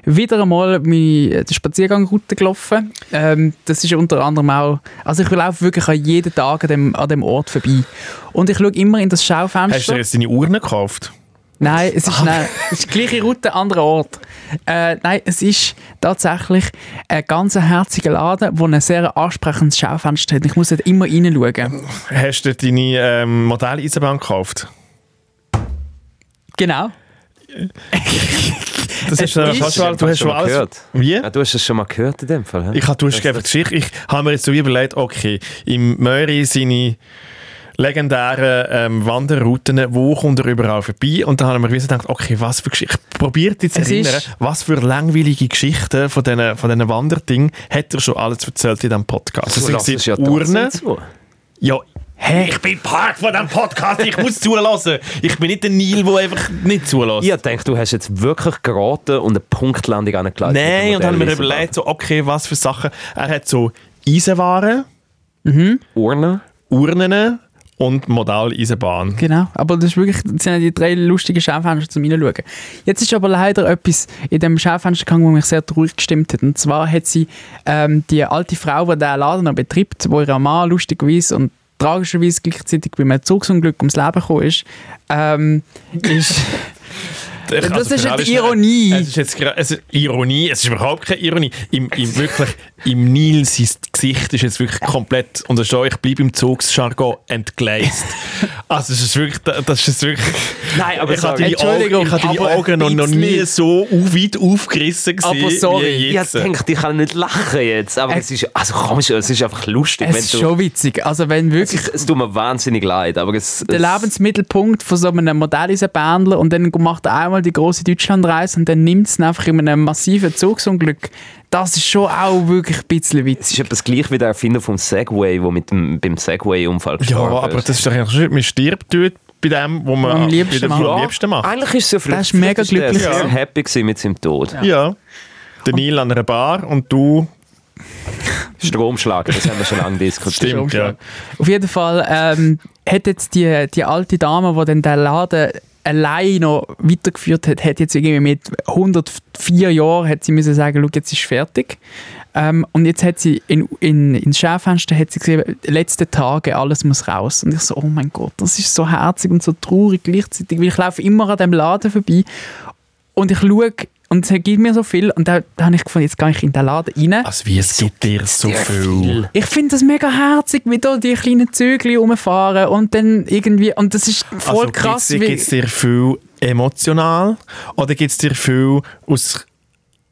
C: wieder einmal meine äh, die Spaziergangroute gelaufen. Ähm, das ist unter anderem auch, also ich laufe wirklich an jeden Tag an dem, an dem Ort vorbei. Und ich schaue immer in das Schaufenster.
A: Hast du dir jetzt deine Uhren gekauft?
C: Nein, es ist, nein, es ist die gleiche Route, anderer Ort. Äh, nein, es ist tatsächlich ein ganz herziger Laden, der ein sehr ansprechendes Schaufenster hat. Ich muss dort immer reinschauen.
A: Hast du dir deine ähm, Modelleisenbahn gekauft?
C: Genau.
A: Das ist
C: ist-
A: fast schon, du hast schon
B: mal
A: alles...
B: gehört.
A: Wie?
B: Ah, du hast es schon mal gehört in dem Fall. hä?
A: Ich habe du hast einfach Geschichte. Ich habe mir jetzt so überlegt, okay, im Möri seine legendären ähm, Wanderrouten, wo kommt er überall vorbei? Und dann habe ich mir wieder gedacht, okay, was für Geschichte. Ich probiere jetzt zu
C: Es ist-
A: erinnern, was für langweilige Geschichten von diesen, von diesen Wanderdingen hat er schon alles erzählt in diesem Podcast. Dus
B: Du
A: Das
B: lässt
A: sind
B: es ja
A: ja Urnen.
B: trotzdem zu.
A: Ja. Ich bin Part von diesem Podcast, ich muss zulassen. Ich bin nicht der Neil, der einfach nicht zulässt.
B: Ich denke, du hast jetzt wirklich geraten und eine Punktlandung
C: Äh,
B: angelegt.
A: Nein, und dann haben wir überlegt, so, okay, was für Sachen. Er hat so Eisenwaren.
B: Urnen?
A: Urnen und Modelleisenbahn.
C: Genau, aber das ist wirklich, das sind ja die drei lustigen Schaufenster zum Reinschauen. Jetzt ist aber leider etwas in dem Schaufenster gegangen, was mich sehr traurig gestimmt hat. Und zwar hat sie ähm, die alte Frau, die diesen Laden noch betreibt, wo ihr Mann lustigerweise und tragischerweise gleichzeitig bei einem Zugsunglück ums Leben gekommen ist, ähm, ist
A: Ich
C: Äh, Das
A: kann
C: ist
A: es
C: jetzt
A: genau nicht-
C: Ironie.
A: Es ist jetzt gra- es ist Ironie, es ist überhaupt keine Ironie. Im, im, wirklich, im Nil, sein Gesicht ist jetzt wirklich komplett, und das ist auch, ich bleibe im Zugsjargon, entgleist. Also es ist wirklich, das ist jetzt wirklich,
B: Nein,
A: ich habe
B: sorry.
A: deine Augen,
C: Entschuldigung,
A: ich habe deine
C: aber ein
A: Augen noch, noch nie
C: bisschen.
A: so au- weit aufgerissen gesehen
C: Aber sorry,
A: wie
B: Ich
A: jetzt.
B: denke, ich kann nicht lachen jetzt. Aber
C: Äh,
B: es ist, also komm schon, es ist einfach lustig.
C: es
B: wenn
C: ist
B: du,
C: schon witzig. Also wenn wirklich
B: es tut mir wahnsinnig leid, aber es...
C: der
B: es-
C: Lebensmittelpunkt von so einem Modell ist ein Bändler und dann macht er einmal die große Deutschlandreise und dann nimmt es einfach in einem massiven Zugsunglück. Das ist schon auch wirklich ein bisschen
B: Es
C: witzig.
B: ist etwas gleich wie der Erfinder vom Segway, der mit dem, beim Segway-Unfall
A: Ja,
B: gestorben
A: aber
B: ist.
A: das ist doch eigentlich schön, man stirbt dort bei dem, wo man
C: Am liebsten
A: bei dem, wo man am
B: Ja,
A: liebsten macht.
B: Eigentlich ist es ja vielleicht,
C: Das ist mega
B: vielleicht der
C: glücklich
B: sehr
A: gewesen.
B: happy gewesen mit seinem Tod.
A: Ja. Der Nil an einer Bar und du
B: Stromschlag, das haben wir schon lange diskutiert.
A: Stimmt, ja.
C: Auf jeden Fall ähm, hat jetzt die, die alte Dame, die dann den Laden allein noch weitergeführt hat, hat jetzt irgendwie mit 104 Jahren hat sie müssen sagen, schau, jetzt ist fertig. Ähm, und jetzt hat sie in, in, ins Schaufenster hat sie gesehen, letzte Tage, alles muss raus. Und ich so, oh mein Gott, das ist so herzig und so traurig gleichzeitig, weil ich laufe immer an dem Laden vorbei und ich schaue und es gibt mir so viel und da, da habe ich gefunden, jetzt gehe ich in den Laden rein.
A: Also wie es gibt dir so viel.
C: Ich finde das mega herzig, wie da die kleinen Zügli rumfahren und dann irgendwie, und das ist voll
A: also
C: krass,
A: Gibt es
C: wie...
A: dir viel emotional oder gibt es dir viel aus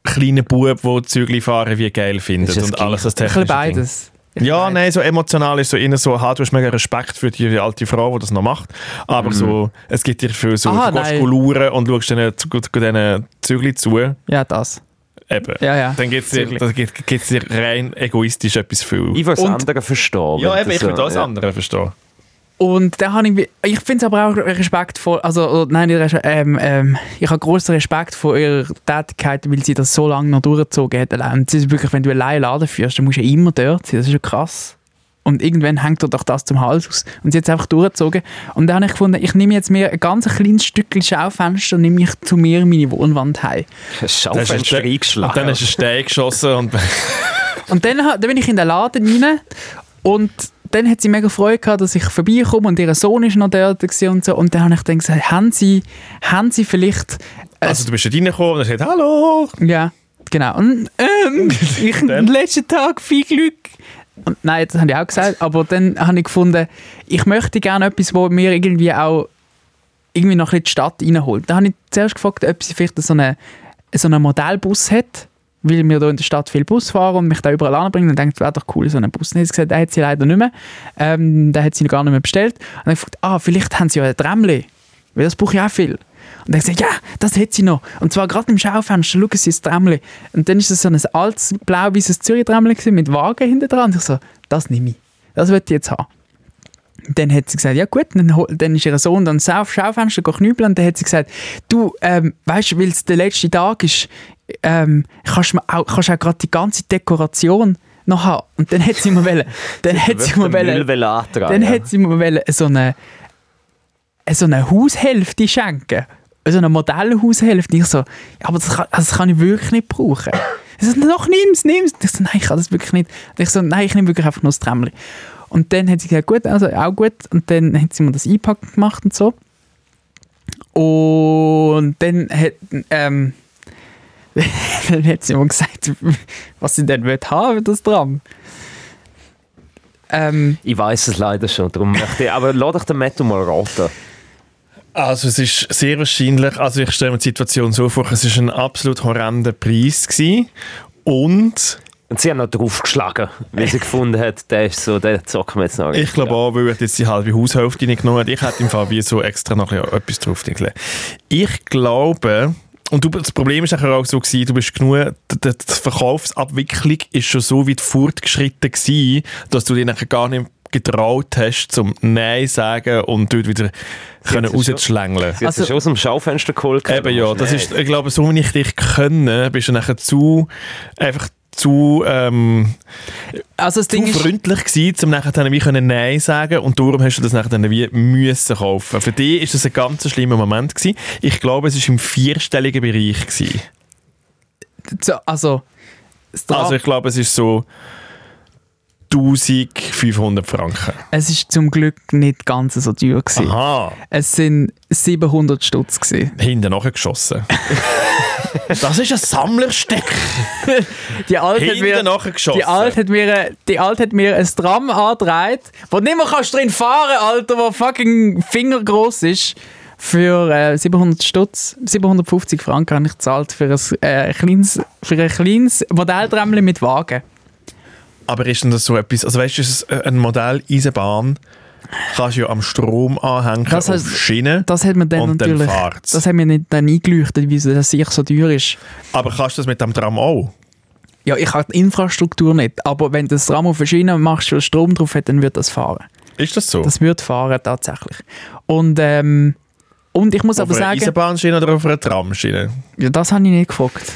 A: kleinen Bub, die Zügli fahren, wie geil findet
B: Ist das
A: und
B: gleich?
A: alles das
C: Ein
A: technische
C: bisschen beides.
A: Ding. Ja, nein, so emotional ist so innen so, ha, du hast mega Respekt für die alte Frau, die das noch macht, aber so, es gibt dir viel so,
C: Aha,
A: du gehst
C: nein.
A: schauen und schaust denen, zu- gut- denen Zügli zu,
C: Ja, das.
A: eben.
C: Ja, ja.
A: Dann gibt es dir,
C: Zügli.
A: dann gibt's- gibt's dir rein egoistisch etwas viel.
B: Ich würde das
C: Und-
B: andere verstehen.
A: Ja,
B: wenn
A: eben, ich
B: so-
A: würde alles
B: ja.
A: andere verstehen.
C: Und da habe ich, wie- ich finde es aber auch respektvoll, also oder nein, nicht respe- ähm, ähm, ich habe großen Respekt vor ihrer Tätigkeit, weil sie das so lange noch durchgezogen hat. allein. Und sie ist wirklich, wenn du allein einen Laden führst, dann musst du ja immer dort sein, das ist ja krass. Und irgendwann hängt dir doch das zum Hals aus. Und sie hat es einfach durchgezogen. Und dann habe ich gefunden, ich nehme jetzt mir ein ganz kleines Stückchen Schaufenster und nehme ich zu mir in meine Wohnwand heim.
B: Ein
A: Dann hast du einen
B: Schaufenster
A: Ste-
B: eingeschlagen.
A: Und dann hast du einen Stein geschossen und
C: Und dann, ha- dann bin ich in den Laden rein und dann hat sie mega Freude gehabt, dass ich vorbeikomme und ihr Sohn ist noch dort gewesen und so. Und dann habe ich dann gesagt, haben sie, haben sie vielleicht... Äh,
A: Also du bist dort reingekommen und hast gesagt, «Hallo!»
C: ja, genau. Und, ähm, ich
A: Dann?
C: am letzten Tag viel Glück. Und nein, das habe ich auch gesagt, aber dann habe ich gefunden, ich möchte gerne etwas, wo mir irgendwie auch irgendwie noch ein bisschen die Stadt reinholt. Da habe ich zuerst gefragt, ob sie vielleicht so einen so einen Modellbus hat, weil wir hier in der Stadt viel Bus fahren und mich da überall anbringen und denkt, es wäre doch cool, so einen Bus. Dann hat sie gesagt, den hat sie leider nicht mehr. Ähm, den hat sie noch gar nicht mehr bestellt. Und dann habe ich gefragt, ah, vielleicht haben sie ja ein Tramli, weil das brauche ich auch viel. Und dann hat sie gesagt, ja, das hat sie noch. Und zwar gerade im Schaufenster, schauen Sie das Tramli. Und dann ist das so ein altes, blau-weißes Zürich-Tramli gewesen mit Wagen hinten dran. Und ich so, das nehme ich. Das will ich jetzt haben dann hat sie gesagt, ja gut, dann, hol- dann ist ihr Sohn dann so auf Schaufenster knüppeln und dann hat sie gesagt, du, ähm, weißt du, weil es der letzte Tag ist, ähm, kannst du mir auch, kannst auch gerade die ganze Dekoration nachher, und dann hat sie immer wollen, dann hat sie immer wollen,
B: Müll
A: Ah,
B: antragen.
C: dann hat sie mir wollen so eine, so eine Haushälfte schenken. So eine Modellhaushälfte. Ich so, ja, aber das kann, also das kann ich wirklich nicht brauchen. Sie so, doch, nimm's, nimm's. Ich so, nein, ich kann das wirklich nicht. Und ich so, nein, ich nehme wirklich einfach nur das Trämmchen. Und dann hat sie gesagt, gut, also auch gut. Und dann hat sie mir das Einpacken gemacht und so. Und dann hat, ähm, dann hat sie mir gesagt, was sie denn will haben, das Tram. Ähm,
B: ich weiß es leider schon, darum möchte ich, aber lass doch den Matto mal raten.
A: Also es ist sehr wahrscheinlich, also ich stelle mir die Situation so vor, es ist ein absolut horrender Preis gewesen. und
B: Und sie haben noch draufgeschlagen, weil sie gefunden hat, der ist so, der zocken wir jetzt noch.
A: ich glaube auch, weil er jetzt die halbe Haushälfte nicht genommen hat, ich hätte im Fall wie so extra noch ein bisschen etwas drauf gelegt. Ich glaube, und du, das Problem ist nachher auch so gewesen, du bist genug, die, die die Verkaufsabwicklung ist schon so weit fortgeschritten gewesen, dass du dich nachher gar nicht getraut hast, zum Nein sagen und dort wieder können
B: es schon-
A: rauszuschlängeln.
B: Sie hat
C: Also-
B: also, schon aus dem Schaufenster geholt.
A: Eben ja, das
B: Nein.
A: ist, ich glaube, so wie ich dich kenne, bist du nachher zu, einfach zu, ähm,
C: also das
A: zu
C: Ding ist,
A: freundlich gewesen, um nachher dann wie können Nein sagen und darum hast du das nachher dann wie müssen kaufen. Für dich ist das ein ganz schlimmer Moment gewesen. Ich glaube, es ist im vierstelligen Bereich gewesen.
C: so- also, das Tram,
A: Also ich glaube, es ist so 1500 Franken.
C: es ist zum Glück nicht ganz so teuer gewesen.
A: Aha,
C: Es sind 700 Stutz gewesen.
A: hinten nachgeschossen. das ist ein Sammlerstück.
C: Die alte hat
A: Hinten
C: mir,
A: nachgeschossen.
C: die alte hat mir, die alte hat mir ein Tram angetragen, wo nicht mehr kannst drin fahren, Alter, wo fucking fingergroß ist. Für äh, 700 Stutz, 750 Franken habe ich gezahlt für ein, äh, kleines, für ein kleines Modellträmmchen mit Wagen.
A: Aber ist denn das so etwas? Also weißt du, ist es ein Modell Eisenbahn kannst du ja am Strom anhängen
C: Das heißt-
A: auf Schienen.
C: Das hat mir dann
A: Und dann
C: natürlich,
A: fahrt's.
C: das hat mir nicht dann eingeleuchtet, wieso das sicher so teuer ist.
A: Aber kannst du das mit dem Tram auch?
C: Ja, ich habe die Infrastruktur nicht, aber wenn du das Tram auf Schiene machst, wo Strom drauf hat, dann wird das fahren.
A: Ist das so?
C: Das wird fahren, tatsächlich. Und, ähm, und ich muss
A: auf
C: aber
A: einer
C: sagen,
A: Eisenbahnschiene oder auf einer Tramschiene?
C: ja, das habe ich nicht gefragt.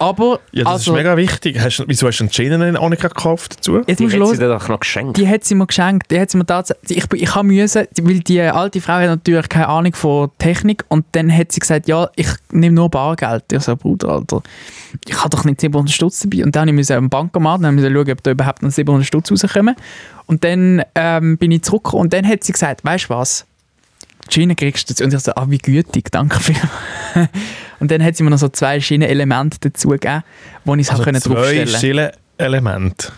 C: Aber,
A: Ja, das
C: also,
A: ist mega wichtig. Hast, du- wieso hast du die Schienen auch nicht gekauft dazu?
C: jetzt
B: Die
C: musst
B: hat
C: du
B: los.
C: los.
B: sie dir doch noch geschenkt.
C: Die hat sie mir geschenkt. Die hat sie mir tatsächlich. Ich, bin- ich habe müssen, die- weil die alte Frau hat natürlich keine Ahnung von Technik und dann hat sie gesagt, ja, ich nehme nur Bargeld. Ich so, Bruder, Alter, ich habe doch nicht 700 Stutz dabei. Und dann habe ich müssen am Bankomat, dann musste ich schauen, ob da überhaupt noch 700 Stutz rauskommen. Und dann ähm, bin ich zurückgekommen und dann hat sie gesagt, weißt du was? Die Schiene kriegst du jetzt. Und ich so, ah, wie gütig, danke vielmals. und dann hat sie mir noch so zwei Schienenelemente dazu gegeben, wo ich es also können
A: zwei
C: draufstellen konnte.
A: Schienen-Elemente.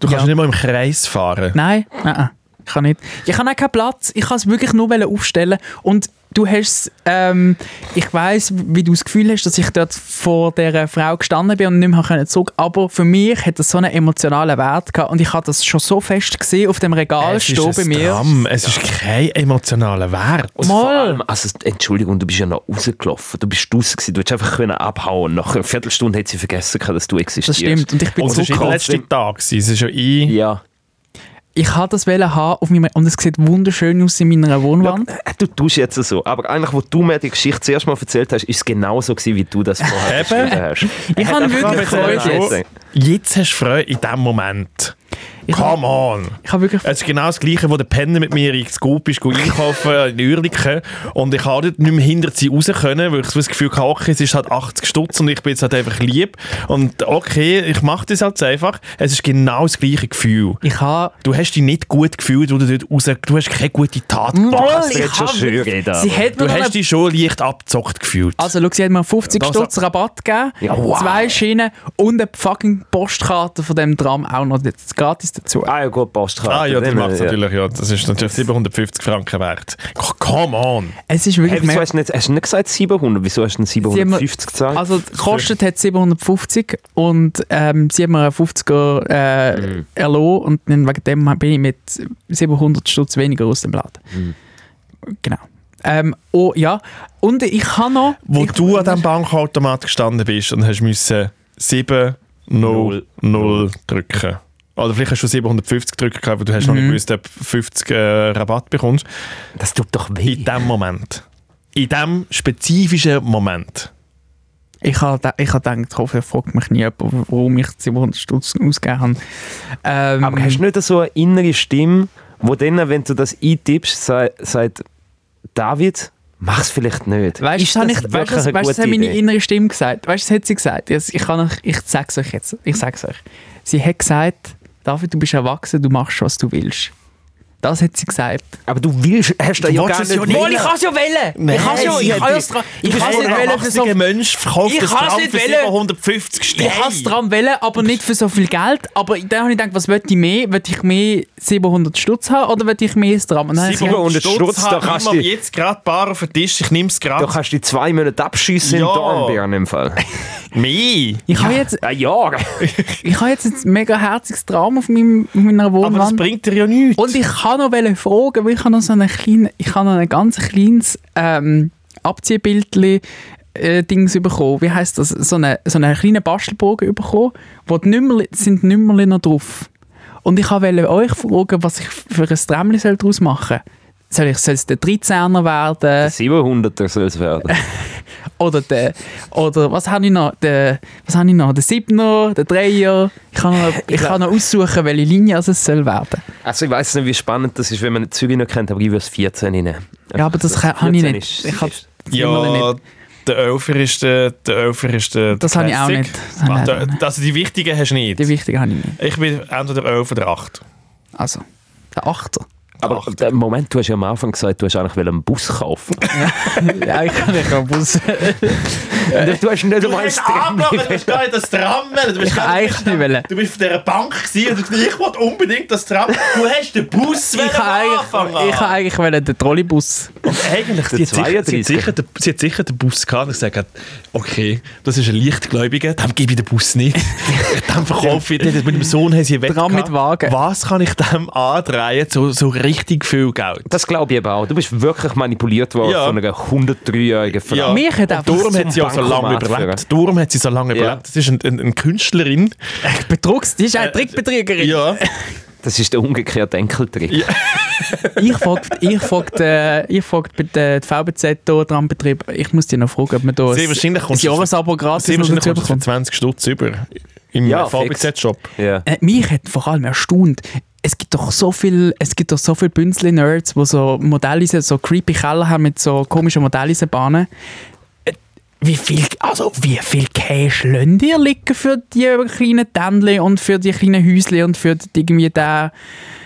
A: Du kannst
C: Ja.
A: nicht mal im Kreis fahren.
C: Nein, nein, ich kann nicht. Ich habe auch keinen Platz. Ich kann es wirklich nur wollen aufstellen. Und du hast, ähm, ich weiß, wie du das Gefühl hast, dass ich dort vor der Frau gestanden bin und nicht mehr können zurück. Aber für mich hat das so einen emotionalen Wert gehabt und ich habe das schon so fest gesehen auf dem Regal
A: es ist
C: stehen bei
A: ein
C: mir.
A: Tram. Es ist kein emotionaler Wert.
B: Und vor
C: Mal.
B: allem, also, Entschuldigung, du bist ja noch rausgelaufen. Du bist draußen gewesen. Du hättest einfach können abhauen. Nach einer Viertelstunde hat sie vergessen, gehabt, dass du
C: Das
B: existierst.
C: stimmt. Und ich bin
A: Und es ist
C: zurück.
A: nicht der
B: trotzdem-
A: letzte Tag. gewesen. Es ist ja ein...
B: Ja.
C: Ich habe das wollen haben auf meinem und es sieht wunderschön aus in meiner Wohnwand.
B: Äh, Du tust jetzt so. Aber eigentlich, wo du mir die Geschichte zuerst mal erzählt hast, ist es genau so gewesen, wie du das vorher
A: Eben.
B: beschrieben hast.
C: Ich habe wirklich
A: Aber
B: Freude
A: jetzt-
C: Freude.
B: jetzt.
A: Jetzt hast du Freude in diesem Moment.
C: Ich
A: Come
C: habe,
A: on!
C: ich habe wirklich
A: Es ist genau das Gleiche, wo der Penner mit mir ins Coop ist, ging einkaufen in Uerlikon und ich konnte dort nicht mehr hinter sie raus, können, weil ich so das Gefühl hatte, okay, es ist halt 80 Stutz und ich bin jetzt halt einfach lieb und okay, ich mache das halt einfach. Es ist genau das gleiche Gefühl.
C: ich habe
A: Du hast dich nicht gut gefühlt, wo du dort raus, du hast keine gute Tat
C: Mal,
A: gemacht.
B: Ich
C: Ich
B: jetzt schon
C: hab-
B: schön reden.
C: Sie hat mir
A: Du
C: noch eine
A: hast dich schon leicht abgezockt gefühlt.
C: Also, schau, sie hat mir 50
A: Das-
C: Stutz Rabatt gegeben,
B: Ja, wow.
C: zwei Schienen und eine fucking Postkarte von dem Tram auch noch jetzt gratis dazu.
B: Ah ja, gut, Postkarte.
A: Ah ja, das
B: Dann,
A: macht es natürlich, ja. Das ist natürlich 750 Franken wert. Oh, Come on!
C: Es ist wirklich
B: Hey, wieso
C: mehr.
B: hast du nicht, hast du nicht gesagt 700? Wieso hast du denn 750 gesagt?
C: Also, kostet hat 750 und ähm, sie hat mir einen 50er äh,
B: Mhm.
C: erlassen und dann wegen dem bin ich mit 700 Stutz weniger aus dem Laden.
B: Mhm.
C: Genau. Ähm, oh ja, und ich habe noch.
A: wo
C: ich,
A: du an diesem Bankautomat gestanden bist und hast müssen 7 0 0 drücken. Oder vielleicht hast du 750 gedrückt, gehabt, weil du hast noch nicht gewusst, ob 50 äh, Rabatt bekommst.
B: das tut doch
A: In
B: weh.
A: diesem Moment. In diesem spezifischen Moment.
C: Ich habe ich hab gedacht, ich hoffe, er fragt mich nie jemand, warum ich 700 Stutzen ausgegeben habe. Ähm,
B: Aber hast du nicht so eine innere Stimme, wo dann, wenn du das eintippst, se- sagt, David, mach's vielleicht nicht.
C: Weißt,
B: Ist
C: das,
B: das
C: ich, weißt,
B: wirklich
C: das,
B: eine
C: weißt, das
B: gute
C: hat meine
B: Idee?
C: innere Stimme gesagt. Weißt du, das hat sie gesagt. Jetzt, ich, kann euch, ich sag's euch jetzt. Ich sag's euch. Sie hat gesagt, David, du bist erwachsen, du machst, was du willst. Das hat sie gesagt.
B: Aber du willst, hast du
A: Du
B: ja
A: willst
B: gar
A: es
B: nicht.
A: ja nicht. Wohl, ich
B: wollen.
C: es ja wählen!
A: Nein, sie hat-
C: dran.
A: Ich
C: kann's
A: bin
C: nicht
A: ein
C: wählen für so-
A: erwachsener Mensch, verkauft
C: Ich
A: das
C: kann's
A: Tram
C: nicht
A: für
C: wollen.
A: 750 Steine.
C: Ich habe es dran wählen, aber nicht für so viel Geld. Aber dann habe ich gedacht, was möchte ich mehr? Will ich mehr 700 Stutz haben oder will ich mehr das Tram? Und dann habe ich gesagt,
B: 700 Stutz, da
A: habe
B: kannst
A: ich
B: du-
A: mir jetzt gerade ein paar auf den Tisch, ich nehme es
B: Du
A: gerade.
B: kannst die zwei Monate abschiessen
A: Ja.
B: in Dornbirn im Fall. Ah,
A: Mei!
C: ich habe jetzt,
B: Ein Jahr.
C: ich habe jetzt ein mega herziges Traum auf, meinem, auf meiner
A: Aber das
C: Wohnwand.
A: bringt dir ja nichts.
C: Oh, Und ich kann noch wollen fragen, weil ich habe noch so einen kleinen, ich habe noch ein ganz kleines ähm, Abziehbildli äh, Dings bekommen. Wie heißt das? So einen so eine kleinen Bastelbogen bekommen, wo die Nümmerli, sind die Nümmerli noch drauf. Und ich wollte euch fragen, was ich für ein Trämmli soll daraus machen soll. Ich, soll es der 13er werden?
B: 700er soll es werden.
C: Oder der, oder was habe ich noch? Der, was habe ich noch? Der 7er, der 3er? Ich kann noch, ich kann noch aussuchen, welche Linie es soll werden.
B: Also ich weiß nicht, wie spannend das ist, wenn man die Züge noch kennt, aber ich würde es 14 nehmen.
C: Ja, aber das kann- habe ich nicht. Ich habe Nümmerli nicht.
A: Ja, der Elfer ist der, der Elfer ist der
C: Das
A: der
C: habe ich auch
A: Classic.
C: nicht. Das habe ich
A: Ah,
C: leider
A: der- Also die wichtigen hast du nicht.
C: Die wichtige habe ich nicht.
A: Ich bin entweder der 11 oder der 8.
C: Also, der Achter.
B: aber
A: Achter.
B: äh, Moment, du hast ja am Anfang gesagt, du hast eigentlich einen Bus kaufen.
C: ja, ich kann nicht am Bus. Äh.
B: du hast nicht
A: Du
B: einmal
A: hast
B: ein
A: angebrochen, du bist gar nicht das Tram wollen. Du bist
C: Ich
A: gar
C: eigentlich
A: bist da-
C: nicht wollen.
A: Du bist auf dieser Bank gewesen und du hast gesagt, ich wollte unbedingt das Tram. Du hast den Bus wollen
C: ich
A: am
C: habe
A: Anfang
C: eigentlich, ich habe
A: an.
C: eigentlich wollen den Trolleybus.
A: Eigentlich,
B: Der
A: sie hat, sicher, sie,
B: 32.
A: hat sicher, den- sie hat sicher den Bus gehabt und gesagt, okay, das ist ein Lichtgläubiger, dem gebe ich den Bus nicht. dem verkaufe ich den, mit dem Sohn haben sie weg.
C: Tram mit Wagen.
A: Was kann ich dem andrehen, so, so richtig viel Geld?
B: Das glaube ich eben auch. Du bist wirklich manipuliert worden
A: Ja.
B: von einer 103-jährigen Frau.
A: Ja.
C: Mich hat
A: Ah,
C: einfach
A: Darum
B: zum
A: hat sie auch so lange
B: Bankomat
A: überlebt. Darum hat sie so lange
B: Ja.
A: überlebt. Das ist ein, ein, eine Künstlerin.
C: betrugst. Die ist eine Trickbetrügerin.
A: Äh, Ja.
B: Das ist der umgekehrte Enkeltrick.
A: Ja.
C: Ich folge ich folg, äh, ich folg bei der die VBZ hier dran Betrieb. Ich muss dich noch fragen, ob man da
A: Sehr wahrscheinlich
C: ein
A: kommst du-
C: Jahresabo gratis
A: Sie
C: noch
A: wahrscheinlich
C: dazu
A: kommst du für
C: bekommt.
A: 20 Stutz über. Im
B: Ja,
A: VBZ-Shop.
B: Ja.
C: Äh, mich hat vor allem erstaunt. Es gibt doch so viel, es gibt doch so viel Bünzli-Nerds, die so Modelle, so creepy Keller haben mit so komischen Modelleisenbahnen. Äh, Wie viel, also wie viel Cash lönt ihr liegen für die kleinen Tändchen und für die kleinen Häuschen und für die, irgendwie den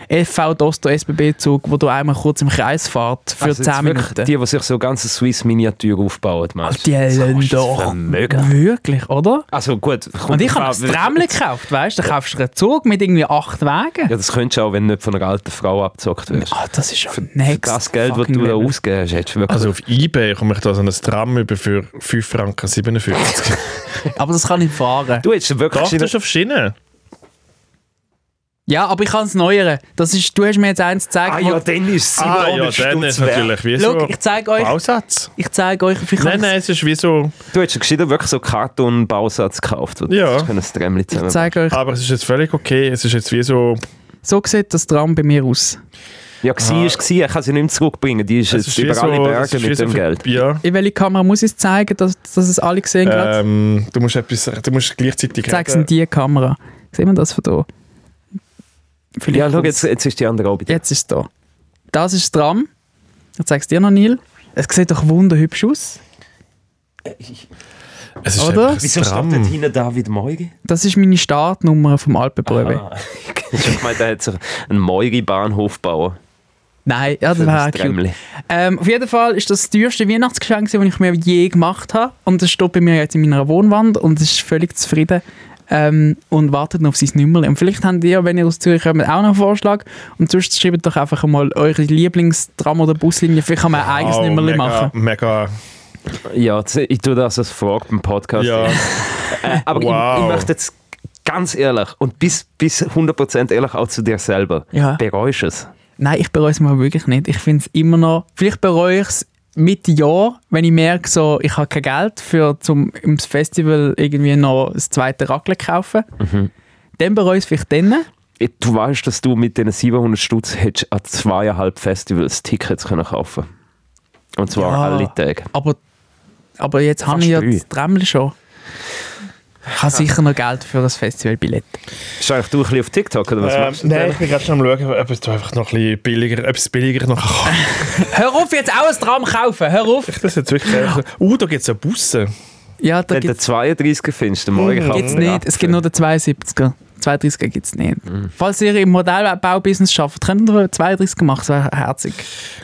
C: FV Dosto SBB Zug, wo du einmal kurz im Kreis fährst für
B: Also jetzt
C: 10
B: wirklich
C: Minuten.
B: Die, die sich so eine ganze Swiss-Miniatur aufbauen.
C: Ach,
B: Mensch.
C: die
B: Das
C: lönt
B: kostet
C: doch
B: Vermögen.
C: wirklich, oder?
B: Also gut. kommt
C: Und ich habe
B: drauf
C: ein
B: an, wie-
C: Tramli gekauft, weißt du? Da kaufst du einen Zug mit irgendwie acht Wagen.
B: Ja, das könntest du auch, wenn du nicht von einer alten Frau abgezockt wirst.
C: Ah, das ist schon next
B: Das Geld, das
C: fucking
B: du da
C: level.
B: ausgegeben hast, hättest du wirklich.
A: Also auf Ebay komme ich da so ein Tram über für 5,57 Franken.
C: Aber das kann ich fahren.
B: du hättest wirklich.
A: Doch, das ist auf Schiene.
C: Ja, aber ich kann es neuere. Das ist, du hast mir jetzt eins gezeigt.
B: ah
C: wo-
B: ja, dann ist es 700
A: Ah, dann ist
B: Stutz wert.
A: natürlich wie
C: Schau,
A: so
C: ich zeige euch.
A: Bausatz.
C: Ich zeige euch, wie ich
A: Nein, nein, es ist wie so...
B: Du hättest gescheiter wirklich so Kartonbausatz gekauft. wo du
A: Ja.
B: hättest können ein Trämmchen
C: Ich
B: zusammen.
C: zeige euch.
A: Aber es ist jetzt völlig okay. Es ist jetzt wie so...
C: So sieht das Tram bei mir aus.
B: Ja, sie ist sie. Ich kann sie nicht mehr zurückbringen. Die ist
A: Ah. Es
B: jetzt
A: ist wie
B: über
A: so,
B: alle
A: es
B: Berge
A: ist wie
B: mit
A: so
B: dem
A: für-
B: Geld.
A: Ja.
C: In welche Kamera muss ich es zeigen, dass, dass es alle sehen gerade?
A: Ähm, du musst etwas... Du musst gleichzeitig...
C: Ich zeige es in
A: reden.
C: die Kamera. Sehen wir das von da? Vielleicht
B: Ja, schau,
C: kommt's.
B: jetzt, jetzt ist die andere auch bei dir.
C: Jetzt ist es da. Das ist das Tram. Ich zeige es dir noch, Neil. Es sieht doch wunderhübsch aus.
A: Es ist
C: Oder?
A: einfach ein Tram.
B: hinten David Meugi?
C: Das ist meine Startnummer vom Alpenprobe.
B: Ah, ich meine, der hat sich einen Meugi-Bahnhof bauen.
C: Nein, ja, das
B: Für
C: wäre
B: das
C: Ah, cute.
B: Trämmchen.
C: Ähm, auf jeden Fall ist das das teuerste Weihnachtsgeschenk, das ich mir je gemacht habe. Und das steht bei mir jetzt in meiner Wohnwand und ist völlig zufrieden ähm, und wartet noch auf sein Nummerli. Und vielleicht habt ihr, wenn ihr aus Zürich kommt, auch noch einen Vorschlag. Und sonst schreibt doch einfach mal eure Lieblingstram- oder Buslinie. Vielleicht kann man ein eigenes
A: Wow,
C: Nummerli
A: mega,
C: machen.
A: Mega...
B: Ja, jetzt- ich tue das als Frage beim Podcast.
A: Ja.
B: Äh, aber
A: Wow.
B: ich, ich möchte jetzt ganz ehrlich und bis, bis 100% ehrlich auch zu dir selber.
C: Ja.
B: Bereust du es?
C: Nein, ich bereue es mal wirklich nicht. Ich finde es immer noch. Vielleicht bereue ich es mit Jahr, wenn ich merke, so, ich habe kein Geld für zum ums Festival irgendwie noch das zweite Raclette kaufen.
A: Mhm.
C: Dann bereue ich es vielleicht dann.
B: Ich- Du weißt, dass du mit diesen 700 Stutz hättest an zweieinhalb Festivals Tickets können kaufen Und zwar
C: Ja.
B: alle Tage.
C: Aber, aber jetzt habe ich ja
B: drei.
C: das Trämmchen schon. Ich habe sicher noch Geld für ein Festivalbillett.
B: Bist du eigentlich du ein bisschen auf TikTok oder was
A: Ähm,
B: machst du?
C: ne,
A: nein, ich bin gerade schon am schauen, ob es da einfach noch ein bisschen billiger, ob es billiger noch kann.
C: Hör auf, jetzt auch ein Tram kaufen. Hör auf.
A: Das ist jetzt wirklich... Uh, da gibt es ja Busse.
C: Ja, da
B: Wenn du
C: gibt
B: den 32er findest, dann morgen
C: es nicht. Es gibt nur den 72er. 32er gibt es nicht. Falls ihr im Modellbau-Business arbeitet, könnt ihr 32er machen. Das wäre herzig.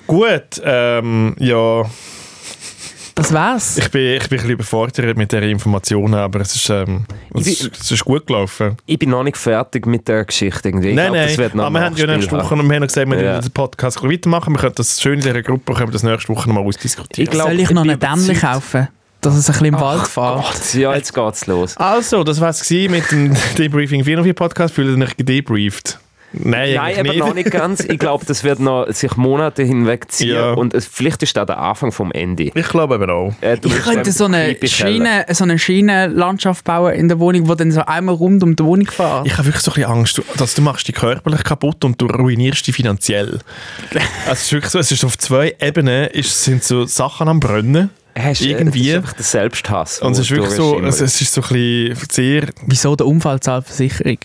A: Gut, ähm, ja...
C: Das wär's.
A: Ich bin, ich bin ein bisschen überfordert mit dieser Informationen, aber es ist, ähm, es,
B: Ich bin-
A: ist- es ist gut gelaufen.
B: Ich bin noch nicht fertig mit der Geschichte. Irgendwie. Ich
A: nein,
B: glaub, das
A: nein,
B: wird noch
A: aber wir haben ja
B: Nachspiel
A: nächste
B: haben.
A: Woche und wir haben ja gesagt, wir
B: Ja.
A: werden den Podcast ein bisschen weitermachen. Wir können das schön in dieser Gruppe können wir das nächste Woche nochmal ausdiskutieren.
B: Ich glaub,
C: Soll ich noch
B: bin
C: einen Dämmli
B: überzeugt.
C: kaufen? Dass es ein bisschen im Wald fährt.
B: Gott, ja, jetzt geht's los.
A: Also, das war es mit dem Debriefing 404 Podcast. Fühlt ihr euch gedebrieft? Nein,
B: Nein,
A: eigentlich
B: aber
A: nicht.
B: noch nicht ganz. Ich glaube, das wird noch sich Monate hinweg ziehen.
A: Ja.
B: Und es, vielleicht ist das der Anfang vom Ende.
A: Ich glaube eben auch.
B: Äh, du
C: Ich
B: bist
C: könnte
B: dann
C: so eine,
B: Creepy Keller.
C: Schiene, so eine Schienenlandschaft bauen in der Wohnung, die dann so einmal rund um die Wohnung fährt.
A: Ich habe wirklich so ein bisschen Angst, du- dass du machst dich körperlich kaputt und du ruinierst dich finanziell. Also, es ist wirklich so, es ist auf zwei Ebenen ist, sind so Sachen am Brennen.
B: Hast, äh,
A: irgendwie-
B: Das ist einfach der Selbsthass.
A: Und es
B: wo
A: ist wirklich so,
B: durchschimmert.
A: es, es ist so ein bisschen sehr
C: Wieso der Unfall zahlt Versicherung?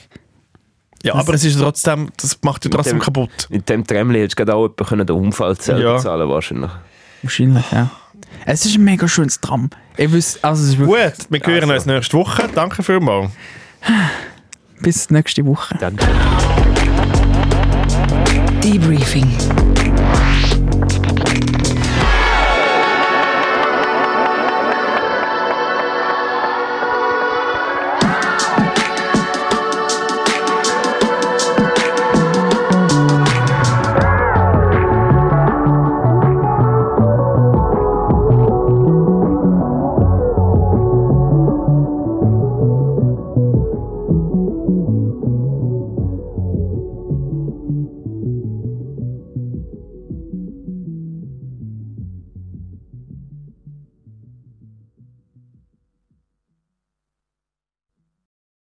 A: Ja, aber es ist trotzdem, das macht dich trotzdem
B: dem-
A: kaputt.
B: Mit dem Tremli hättest du gerade auch jemanden können den Unfall selber
A: Ja.
B: zahlen wahrscheinlich.
C: Wahrscheinlich, ja. Es ist ein mega schönes Tram. Ich wüs, also es ist wirklich,
A: Gut, wir hören uns nächste Woche. Danke vielmals.
C: bis nächste Woche.
B: Dann
D: Debriefing.